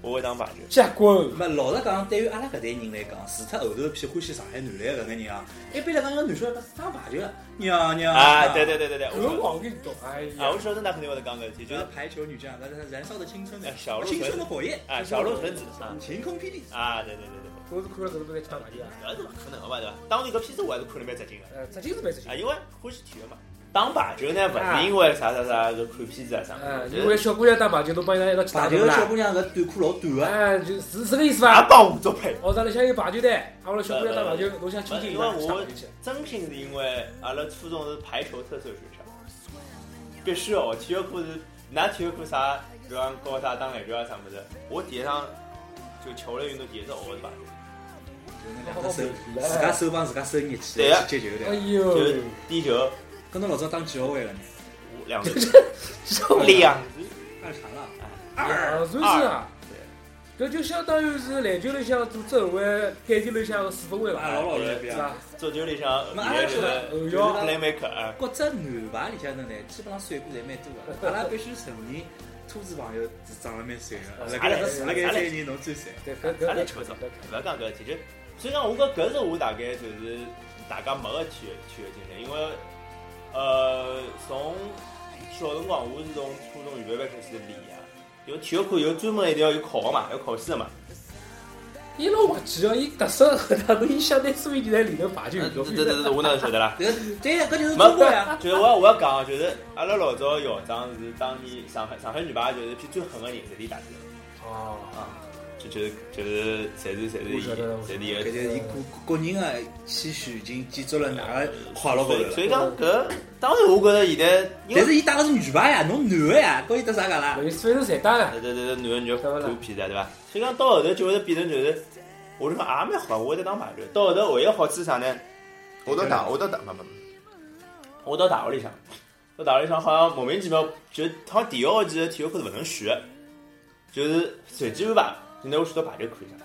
Speaker 3: 我会打排球。
Speaker 5: 结棍，
Speaker 4: 没老实讲，对于阿拉搿代人来讲，除脱后头一批欢喜上海男篮搿眼人啊，一般来讲，搿男小孩打排球啊，娘娘
Speaker 3: 啊，对对对对对，
Speaker 5: 各
Speaker 3: 我
Speaker 5: 网运动，哎
Speaker 3: 啊，
Speaker 5: 呀
Speaker 3: 我，小辰光肯定会得讲搿事体，就
Speaker 4: 觉
Speaker 3: 是
Speaker 4: 得排球女将，那是燃烧的青春
Speaker 3: 哎小鹿
Speaker 4: 青春的火焰
Speaker 3: 啊，小鹿纯子啊，
Speaker 4: 晴空霹雳。
Speaker 3: 啊，对对对对
Speaker 5: 我是看了搿种在抢排球啊，
Speaker 3: 对，搿是勿可能个嘛对伐？当年搿片子我还是看了蛮扎劲个。
Speaker 5: 呃，这就是蛮这
Speaker 3: 啊，
Speaker 5: 些。
Speaker 3: 因为欢喜体育嘛。打排球呢，勿是因为啥啥啥是看片子啊啥
Speaker 5: 啊，
Speaker 3: 物事，
Speaker 5: 因为小姑娘打排球，侬帮伊拉一道去打
Speaker 4: 排
Speaker 5: 对
Speaker 4: 球
Speaker 5: 不
Speaker 4: 小
Speaker 5: 啦？
Speaker 4: 姑娘搿短裤老短啊，
Speaker 5: 哎，就是是这个意思
Speaker 3: 也
Speaker 5: 吧？
Speaker 3: 帮我做配。
Speaker 5: 学堂里向有排球队，阿啊拉小姑娘打排球，侬想亲近伊
Speaker 3: 因
Speaker 5: 拉
Speaker 3: 为
Speaker 5: 打排
Speaker 3: 我
Speaker 5: 球去？
Speaker 3: 真心是因为阿拉初中是排球特色学校，必须哦，体育课是㑚体育课啥，比方教啥打篮球啊啥物事，我第一趟就球类运动第一次学是排球，
Speaker 4: 两只手，自家手帮自家手捏起
Speaker 3: 对啊
Speaker 4: 来去接球
Speaker 5: 哎
Speaker 4: 的。
Speaker 5: 呦，
Speaker 3: 就是第球
Speaker 4: 搿侬老早当几号位了呢？
Speaker 3: 我两次，两次，
Speaker 4: 二传了，
Speaker 5: 二传是啊，搿就相当于是篮球里向做正后卫，橄榄里向个四分卫
Speaker 4: 啊
Speaker 5: 了，
Speaker 4: 老老实
Speaker 5: 是
Speaker 4: 实啊。
Speaker 5: 吧？
Speaker 3: 足球里向
Speaker 4: 没阿拉
Speaker 3: 就是
Speaker 4: 晓得
Speaker 5: 后
Speaker 4: 就是
Speaker 5: 腰
Speaker 4: 阿拉
Speaker 3: playmaker 啊，
Speaker 4: 各只男排里向的呢，基本上帅哥侪蛮 多的。阿拉必须承认，兔子朋友是长得蛮 帅的。辣
Speaker 3: 阿拉
Speaker 4: 盖辣盖三个人侬最帅。
Speaker 5: 对，搿
Speaker 3: 阿拉
Speaker 5: 搿
Speaker 3: 扯少，勿要讲搿个体育。所以讲，我觉搿是我大概就是大家没个体育体育经历，因为呃，从小辰光我是从初中预备班开始练啊，有体育课有专门一定要有考个嘛，有考试个嘛。
Speaker 5: 伊老滑稽哦，伊特色搿搭侬伊想拿所有人来里头排球
Speaker 3: 嗯对
Speaker 5: 运动
Speaker 3: 对对对，我哪能晓得啦？
Speaker 4: 对对呀，搿就 是
Speaker 3: 没
Speaker 4: 中国 呀。，
Speaker 3: 就是我要我要讲啊，就是阿拉老早校长是当年上海上海女排就是批最狠个人，侪练大学
Speaker 5: 哦，
Speaker 3: 啊，就就是就是侪是侪是伊，侪是伊
Speaker 4: 搿
Speaker 3: 个
Speaker 4: 就是伊个个人的期许已经建筑了㑚个快乐高头
Speaker 3: 所以所以
Speaker 4: 了。
Speaker 3: 讲搿，当然我觉着现在，因为
Speaker 4: 但是伊打的是女排呀，侬男的呀，搿伊搭啥讲啦
Speaker 5: 等？于反正侪打了，
Speaker 3: 对对对，男人就看片子对伐？所以讲到后头就会变成就是，我就讲也蛮好，我会得打排球。到后头唯一好处是啥呢？我到大，我到大，没没没，我到大学里向，到大学里向好像莫名其妙，就好像第一学期的体育课是勿能选的，就是随机安排，就拿我选到排球课里向。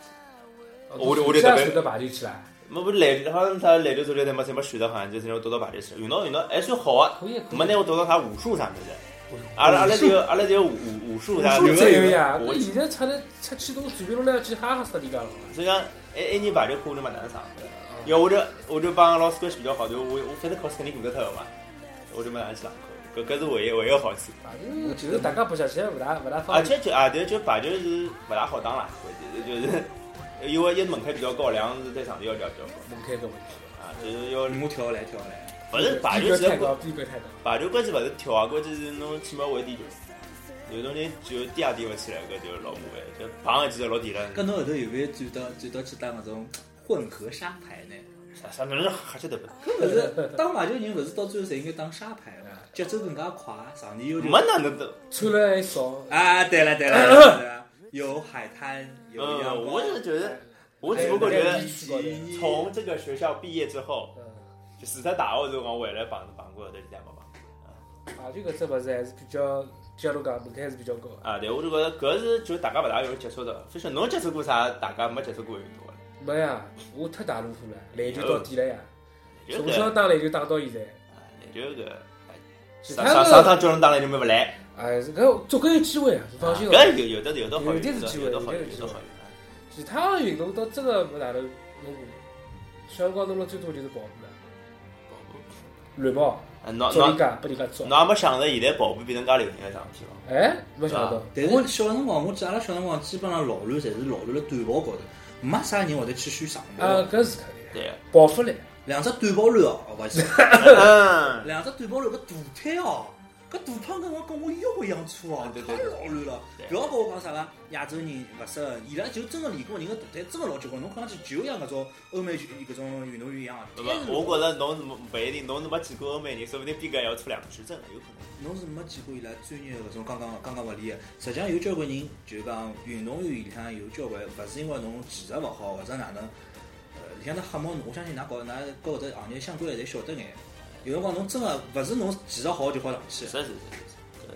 Speaker 3: 我就我就特别
Speaker 5: 选择排球去了，
Speaker 3: 没不是篮，好像啥篮球、足球，侪没侪没选择，好像就是拿我读到排球去。运动运动还算好啊，
Speaker 5: 可以可
Speaker 3: 没
Speaker 5: 以。
Speaker 3: 拿我读到啥武术啥物事。阿拉阿拉这个阿拉这个武武武 术啥
Speaker 5: 武术才有呀，
Speaker 3: 我
Speaker 5: 搿现在出来出去都随便弄两句哈哈死人家了。
Speaker 3: 所以讲，哎一年排球课我就没哪能上，要我就我就帮老师关系比较好，就我我反正考试肯定过得脱的嘛，我就没哪能去上课，搿搿是唯一唯一个好处。
Speaker 5: 排球就是大家白相起来勿大勿大
Speaker 3: 而
Speaker 5: 方便，
Speaker 3: 且就嗯啊，对，就排球是勿大好打啦，就是就是因为一门槛比较高，两个是对场地要了解好
Speaker 5: 门槛搿问题。
Speaker 3: 啊，就是要
Speaker 4: 我跳来跳来，
Speaker 3: 勿是排
Speaker 5: 逼
Speaker 3: 球
Speaker 5: 格
Speaker 3: 其实
Speaker 5: 太高，逼格太高。
Speaker 3: 排球关键勿是跳啊，关键是侬起码会点球。有种人就颠也颠勿起来，搿就老麻烦，就碰一记就落地了。
Speaker 4: 搿侬后头有没有转到转到去打搿种混合沙排呢？
Speaker 3: 啥啥哪能瞎七搭八？
Speaker 4: 搿勿是打排球人，勿是到最后侪应该打沙排嘛？节奏更加快，场地优
Speaker 3: 没
Speaker 4: 劣。
Speaker 3: 哪能的。
Speaker 5: 穿了还少，
Speaker 4: 啊，对了对了对了，对了有海滩，有
Speaker 3: 嗯
Speaker 4: 阳，光
Speaker 3: 我就是觉得，我
Speaker 4: 还
Speaker 3: 只
Speaker 4: 有
Speaker 3: 不过觉得
Speaker 4: 那个比基尼
Speaker 3: 从这个学校毕业之后，
Speaker 5: 嗯，
Speaker 3: 就除脱大学辰光回来碰碰过，但现在没碰。
Speaker 5: 啊排球搿只物事还是比较就像侬讲门槛是比较高的，
Speaker 3: 啊，对，我就觉着搿是就大家勿大容易接触到。飞雪，侬接触过啥？大家没接触过的运动伐？
Speaker 5: 没呀，我太大路虎了，篮球到底了呀，
Speaker 3: 就
Speaker 5: 从小
Speaker 3: 搿，
Speaker 5: 打篮球打到现在，
Speaker 3: 就搿，
Speaker 5: 其
Speaker 3: 上
Speaker 5: 他
Speaker 3: 上上
Speaker 5: 个
Speaker 3: 趟叫侬打篮球没勿来，
Speaker 5: 哎，是搿足够有机会啊，你放心哦。
Speaker 3: 搿有有的有的好
Speaker 5: 有的
Speaker 3: 运，
Speaker 5: 是机会
Speaker 3: 有的好
Speaker 5: 有
Speaker 3: 运，
Speaker 5: 的是机
Speaker 3: 有的
Speaker 5: 会
Speaker 3: 好运。
Speaker 5: 其他的运动倒真的没哪能弄过，小辰光弄了最多就是跑步了，乱跑，抓
Speaker 3: 啊，侬侬
Speaker 5: 人家，拨人家抓。
Speaker 3: 侬也没想着现在跑步变成介流行个桩事体伐？
Speaker 5: 哎，没想到，
Speaker 4: 但是小辰光，我记得阿拉小辰光基本上老卵侪是老卵辣短跑高头，没啥人会得去选长跑
Speaker 5: 啊
Speaker 4: 的。，
Speaker 5: 搿是肯定的，
Speaker 3: 对，
Speaker 5: 跑勿来。
Speaker 4: 两只短跑乱哦，哦勿是，
Speaker 3: 嗯，
Speaker 4: 两只短跑乱个大腿哦，搿大胖跟我跟我腰一样粗哦，
Speaker 3: 对
Speaker 4: 太
Speaker 3: 对对
Speaker 4: 老卵了。
Speaker 3: 对
Speaker 4: 勿要跟我讲啥个亚洲人勿适合，伊拉就真个练过人个大腿，真个老结棍。侬看上去就像搿种欧美球搿种运动员一样啊的。
Speaker 3: 勿勿，我觉着侬是没勿一定，侬是没见过欧美人，说不定比搿还要粗两圈，真的有可能。
Speaker 4: 侬是没见过伊拉专业搿种刚刚刚刚勿练个，实际上有交关人就讲运动员里向有交关，勿是因为侬技术勿好或者哪能，呃，里向的黑幕，我相信㑚搞㑚跟搿只行业相关的侪晓得眼。有辰光侬真个勿是侬技术好就好上去
Speaker 3: 是，是是是，呃，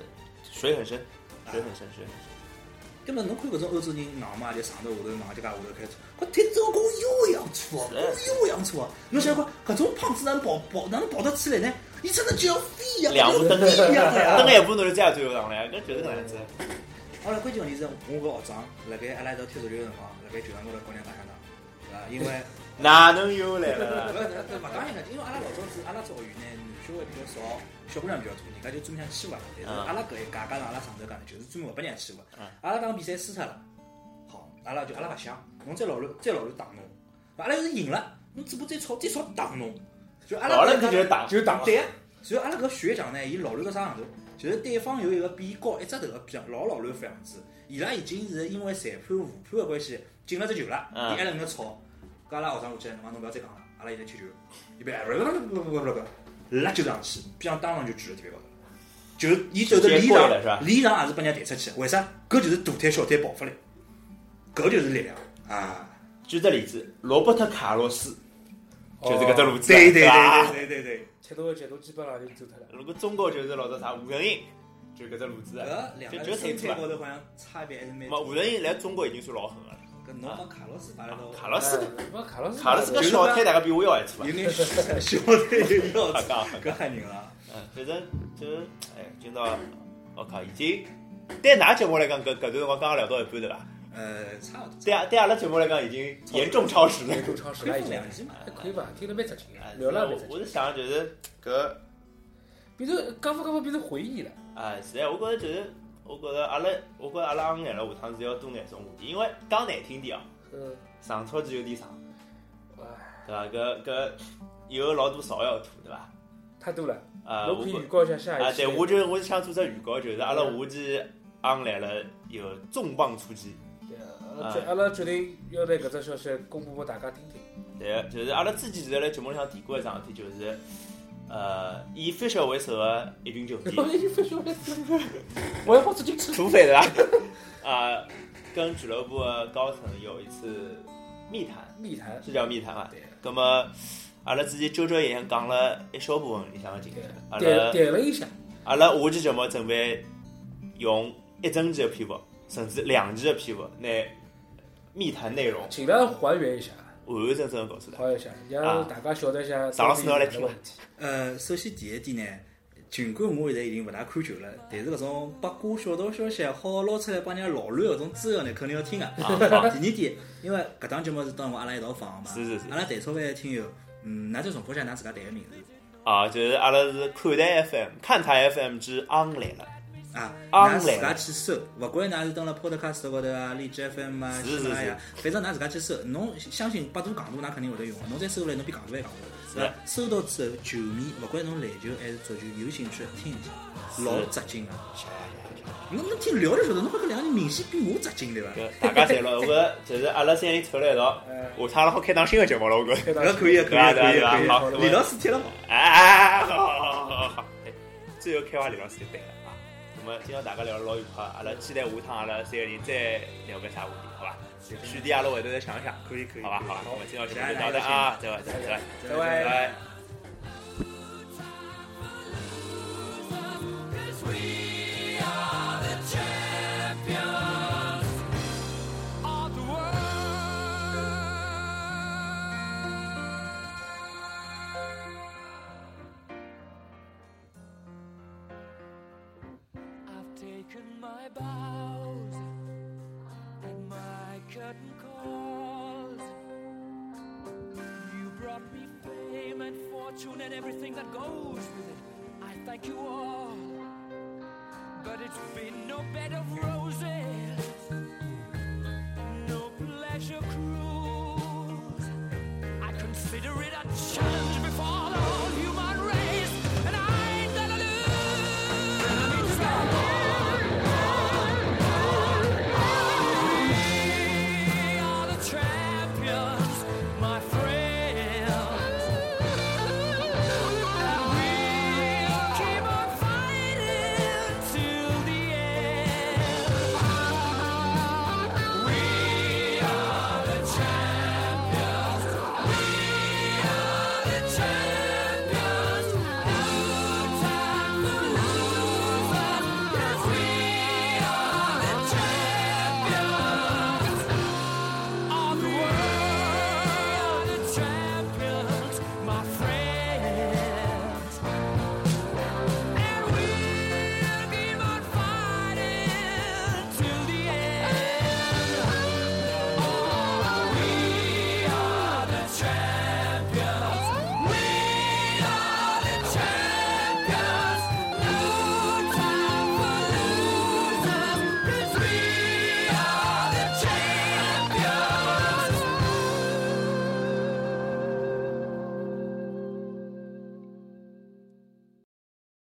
Speaker 3: 水很深，水很深，水很深。
Speaker 4: 根本侬看搿种欧洲人硬嘛，就上头下头硬就介下头开粗，搿腿真跟我腰一样粗哦，跟我腰一样粗哦。侬想看搿种胖子哪能跑跑哪能跑得起来呢？伊真的就像飞一样，
Speaker 3: 两
Speaker 4: 像
Speaker 3: 步登
Speaker 4: 飞一样的呀。
Speaker 3: 登一步侬就这样追勿上来，搿就是搿能样子。
Speaker 4: 阿拉关键问题是，我搿学长辣盖阿拉一道踢足球个辰光，辣盖球场高头跟人打相打，对伐？ 因为
Speaker 3: 哪能又来
Speaker 4: 勿
Speaker 3: 了？
Speaker 4: 勿勿讲人家，因为阿拉老早子阿拉只学院呢，男小孩比较少，小姑娘比较多，人家就专门想欺负阿拉。但是
Speaker 3: 嗯
Speaker 4: 阿拉搿一届加上阿拉上头讲呢，就是专门勿拨人家欺负
Speaker 3: 嗯。
Speaker 4: 阿拉打比赛输脱了，好，阿拉就阿拉勿想，侬再老乱再老乱打侬，阿拉要是赢了，侬只不过再吵再吵打侬，就阿拉
Speaker 3: 老了
Speaker 4: 搿
Speaker 3: 搿就是打，
Speaker 5: 就打
Speaker 4: 对啊，所以阿拉搿学长呢，伊老卵到啥程度？就是对方有一个比伊高一只头个比老老卵副样子，伊拉已经是因为裁判误判个关系进了只球了，
Speaker 3: 嗯
Speaker 4: 伊还辣那吵，搿阿拉学长下去，侬讲侬勿要再讲了，阿拉现在踢球，伊被不不不不不不，辣球上去，比方当场就举了特别高头，就伊走的
Speaker 3: 直接
Speaker 4: 离
Speaker 3: 过
Speaker 4: 场
Speaker 3: 了是吧
Speaker 4: 离场也是被人家弹出去，为啥？搿就是大腿小腿爆发力，搿就是力量啊！
Speaker 3: 举个例子，罗伯特卡洛斯就是搿只路子啊，
Speaker 4: 对对
Speaker 3: 吧
Speaker 4: 对对对对
Speaker 5: 踢到一节，侬基本上就走脱了。
Speaker 3: 如果中国就是老早啥吴承英，就是搿只路子
Speaker 4: 对，
Speaker 3: 啊。
Speaker 4: 搿两
Speaker 3: 就
Speaker 4: 个
Speaker 3: 就
Speaker 4: 人
Speaker 3: 腿
Speaker 4: 身
Speaker 3: 粗了
Speaker 4: 材高头好像差别还是蛮大
Speaker 3: 嘛，
Speaker 4: 的。
Speaker 3: 吴承英来中国已经算老狠个了。
Speaker 4: 搿侬帮卡洛斯摆辣到，
Speaker 3: 啊卡洛斯，
Speaker 5: 没卡老师，
Speaker 3: 哎卡洛斯搿小腿大概比我腰还粗啊
Speaker 4: 有。眼小队就 要
Speaker 3: 瞎讲，
Speaker 4: 搿吓人了。
Speaker 3: 嗯，反正就是，哎，今朝我靠，已经对㑚节目来讲，搿搿段辰光刚刚聊到一半对伐？
Speaker 4: 呃，差不多。
Speaker 3: 对啊，对阿拉节目来讲已经严重超时了。
Speaker 5: 运动常识
Speaker 4: 可
Speaker 5: 了
Speaker 4: 以
Speaker 5: 已经，
Speaker 4: 放两期嘛？
Speaker 5: 还可以吧，听得蛮扎劲
Speaker 3: 哎
Speaker 5: 的，聊了也蛮扎劲。
Speaker 3: 我我是想就是搿
Speaker 5: 变成讲法讲法变成回忆了，
Speaker 3: 啊，现在我觉着就是，我觉着阿拉，我觉着阿拉硬眼了，下趟是要多眼种话题，因为讲难听点哦，
Speaker 5: 嗯，
Speaker 3: 上超级有点长，
Speaker 5: 哎，
Speaker 3: 对伐？搿搿有老多槽要吐，对伐？
Speaker 5: 太多了，
Speaker 3: 啊，
Speaker 5: 侬
Speaker 3: 我
Speaker 5: 可以
Speaker 3: 觉
Speaker 5: 预告一下下
Speaker 3: 啊
Speaker 5: 一，期。
Speaker 3: 对，我就我是想做只预告，就是阿拉下期硬来了有重磅出击，
Speaker 5: 对啊阿拉决阿拉决定要拿搿只消息公布拨大家听 听。
Speaker 3: 对，就是阿拉之前在辣节目里向提过一桩事体，就是呃，以 Fisher 为首的一群球
Speaker 5: 然
Speaker 3: 迷。
Speaker 5: 后一分钟，我要跑出进去。
Speaker 3: 土匪的 啦。啊，跟俱乐部的高层有一次密谈，
Speaker 5: 密谈，
Speaker 3: 是叫密谈吧？
Speaker 5: 对。
Speaker 3: 那么，阿拉之前周周也先讲了一小部分里向的景点，阿
Speaker 5: 点
Speaker 3: 拉
Speaker 5: 点了一下，
Speaker 3: 阿拉下期节目准备用一整期的篇幅，甚至两期的篇幅，拿密谈内容
Speaker 5: 尽量还原一下，
Speaker 3: 完完整整的告诉大
Speaker 5: 还原一下，
Speaker 3: 啊
Speaker 5: 让大家晓得一下
Speaker 3: 张老师侬要来听吗
Speaker 5: 问题。
Speaker 4: 呃，首先第一点呢，尽管我现在已经勿大看球了，但是搿种八卦小道消息啊好好捞出来帮人家老乱搿种资料呢，肯定要听个。
Speaker 3: 家。啊，
Speaker 4: 第二点，因为搿档节目是当我阿拉一道放的嘛，
Speaker 3: 是是是
Speaker 4: 阿拉蛋炒饭的听友，嗯，㑚就重复一下㑚自家队个名字
Speaker 3: 啊，就是阿拉是看台 FM，看台 FM 之 on 来了。
Speaker 4: 啊，
Speaker 3: 昂
Speaker 4: 㑚自
Speaker 3: 来
Speaker 4: 家去搜，勿管㑚是登了 Podcast 高头啊、荔枝 FM 啊、
Speaker 3: 是
Speaker 4: 喜
Speaker 3: 是
Speaker 4: 马拉雅，反正㑚自家去搜，侬相信百度戆大，㑚肯定会得用个，侬再搜下来，侬比戆大还戆大，是吧？搜到之后，球迷勿管侬篮球还是足球，有兴趣听一下，老扎劲个。侬侬听聊就晓得，侬看搿两个人明显比我扎劲对伐？
Speaker 3: 搿大家侪老，我 觉着就是阿拉三人凑了一道，下趟阿拉好开档新的节目了，我觉着。
Speaker 5: 开
Speaker 4: 搿
Speaker 5: 档
Speaker 4: 可以，可
Speaker 3: 对啊
Speaker 4: 以，
Speaker 3: 对啊
Speaker 4: 可以，
Speaker 3: 对啊
Speaker 4: 可以
Speaker 3: 好
Speaker 4: 李老师贴了好。
Speaker 3: 哎哎哎，好好好好好，哎最后开发李老师就对了啊。那么今朝大家聊得老愉快，阿拉期待下趟阿拉三个人再聊个啥话题，好吧？具体阿拉回头再想一想，
Speaker 4: 可以可以
Speaker 3: 好吧？
Speaker 4: 可以
Speaker 3: 好吧，我们今朝节目就
Speaker 4: 好
Speaker 3: 到这啊，再会再会再会
Speaker 5: 再会
Speaker 3: 拜拜。
Speaker 6: Cause we are fortune and everything that goes with it. I thank you all, but it's been no bed of roses, no pleasure cruise. I consider it a challenge. Oh,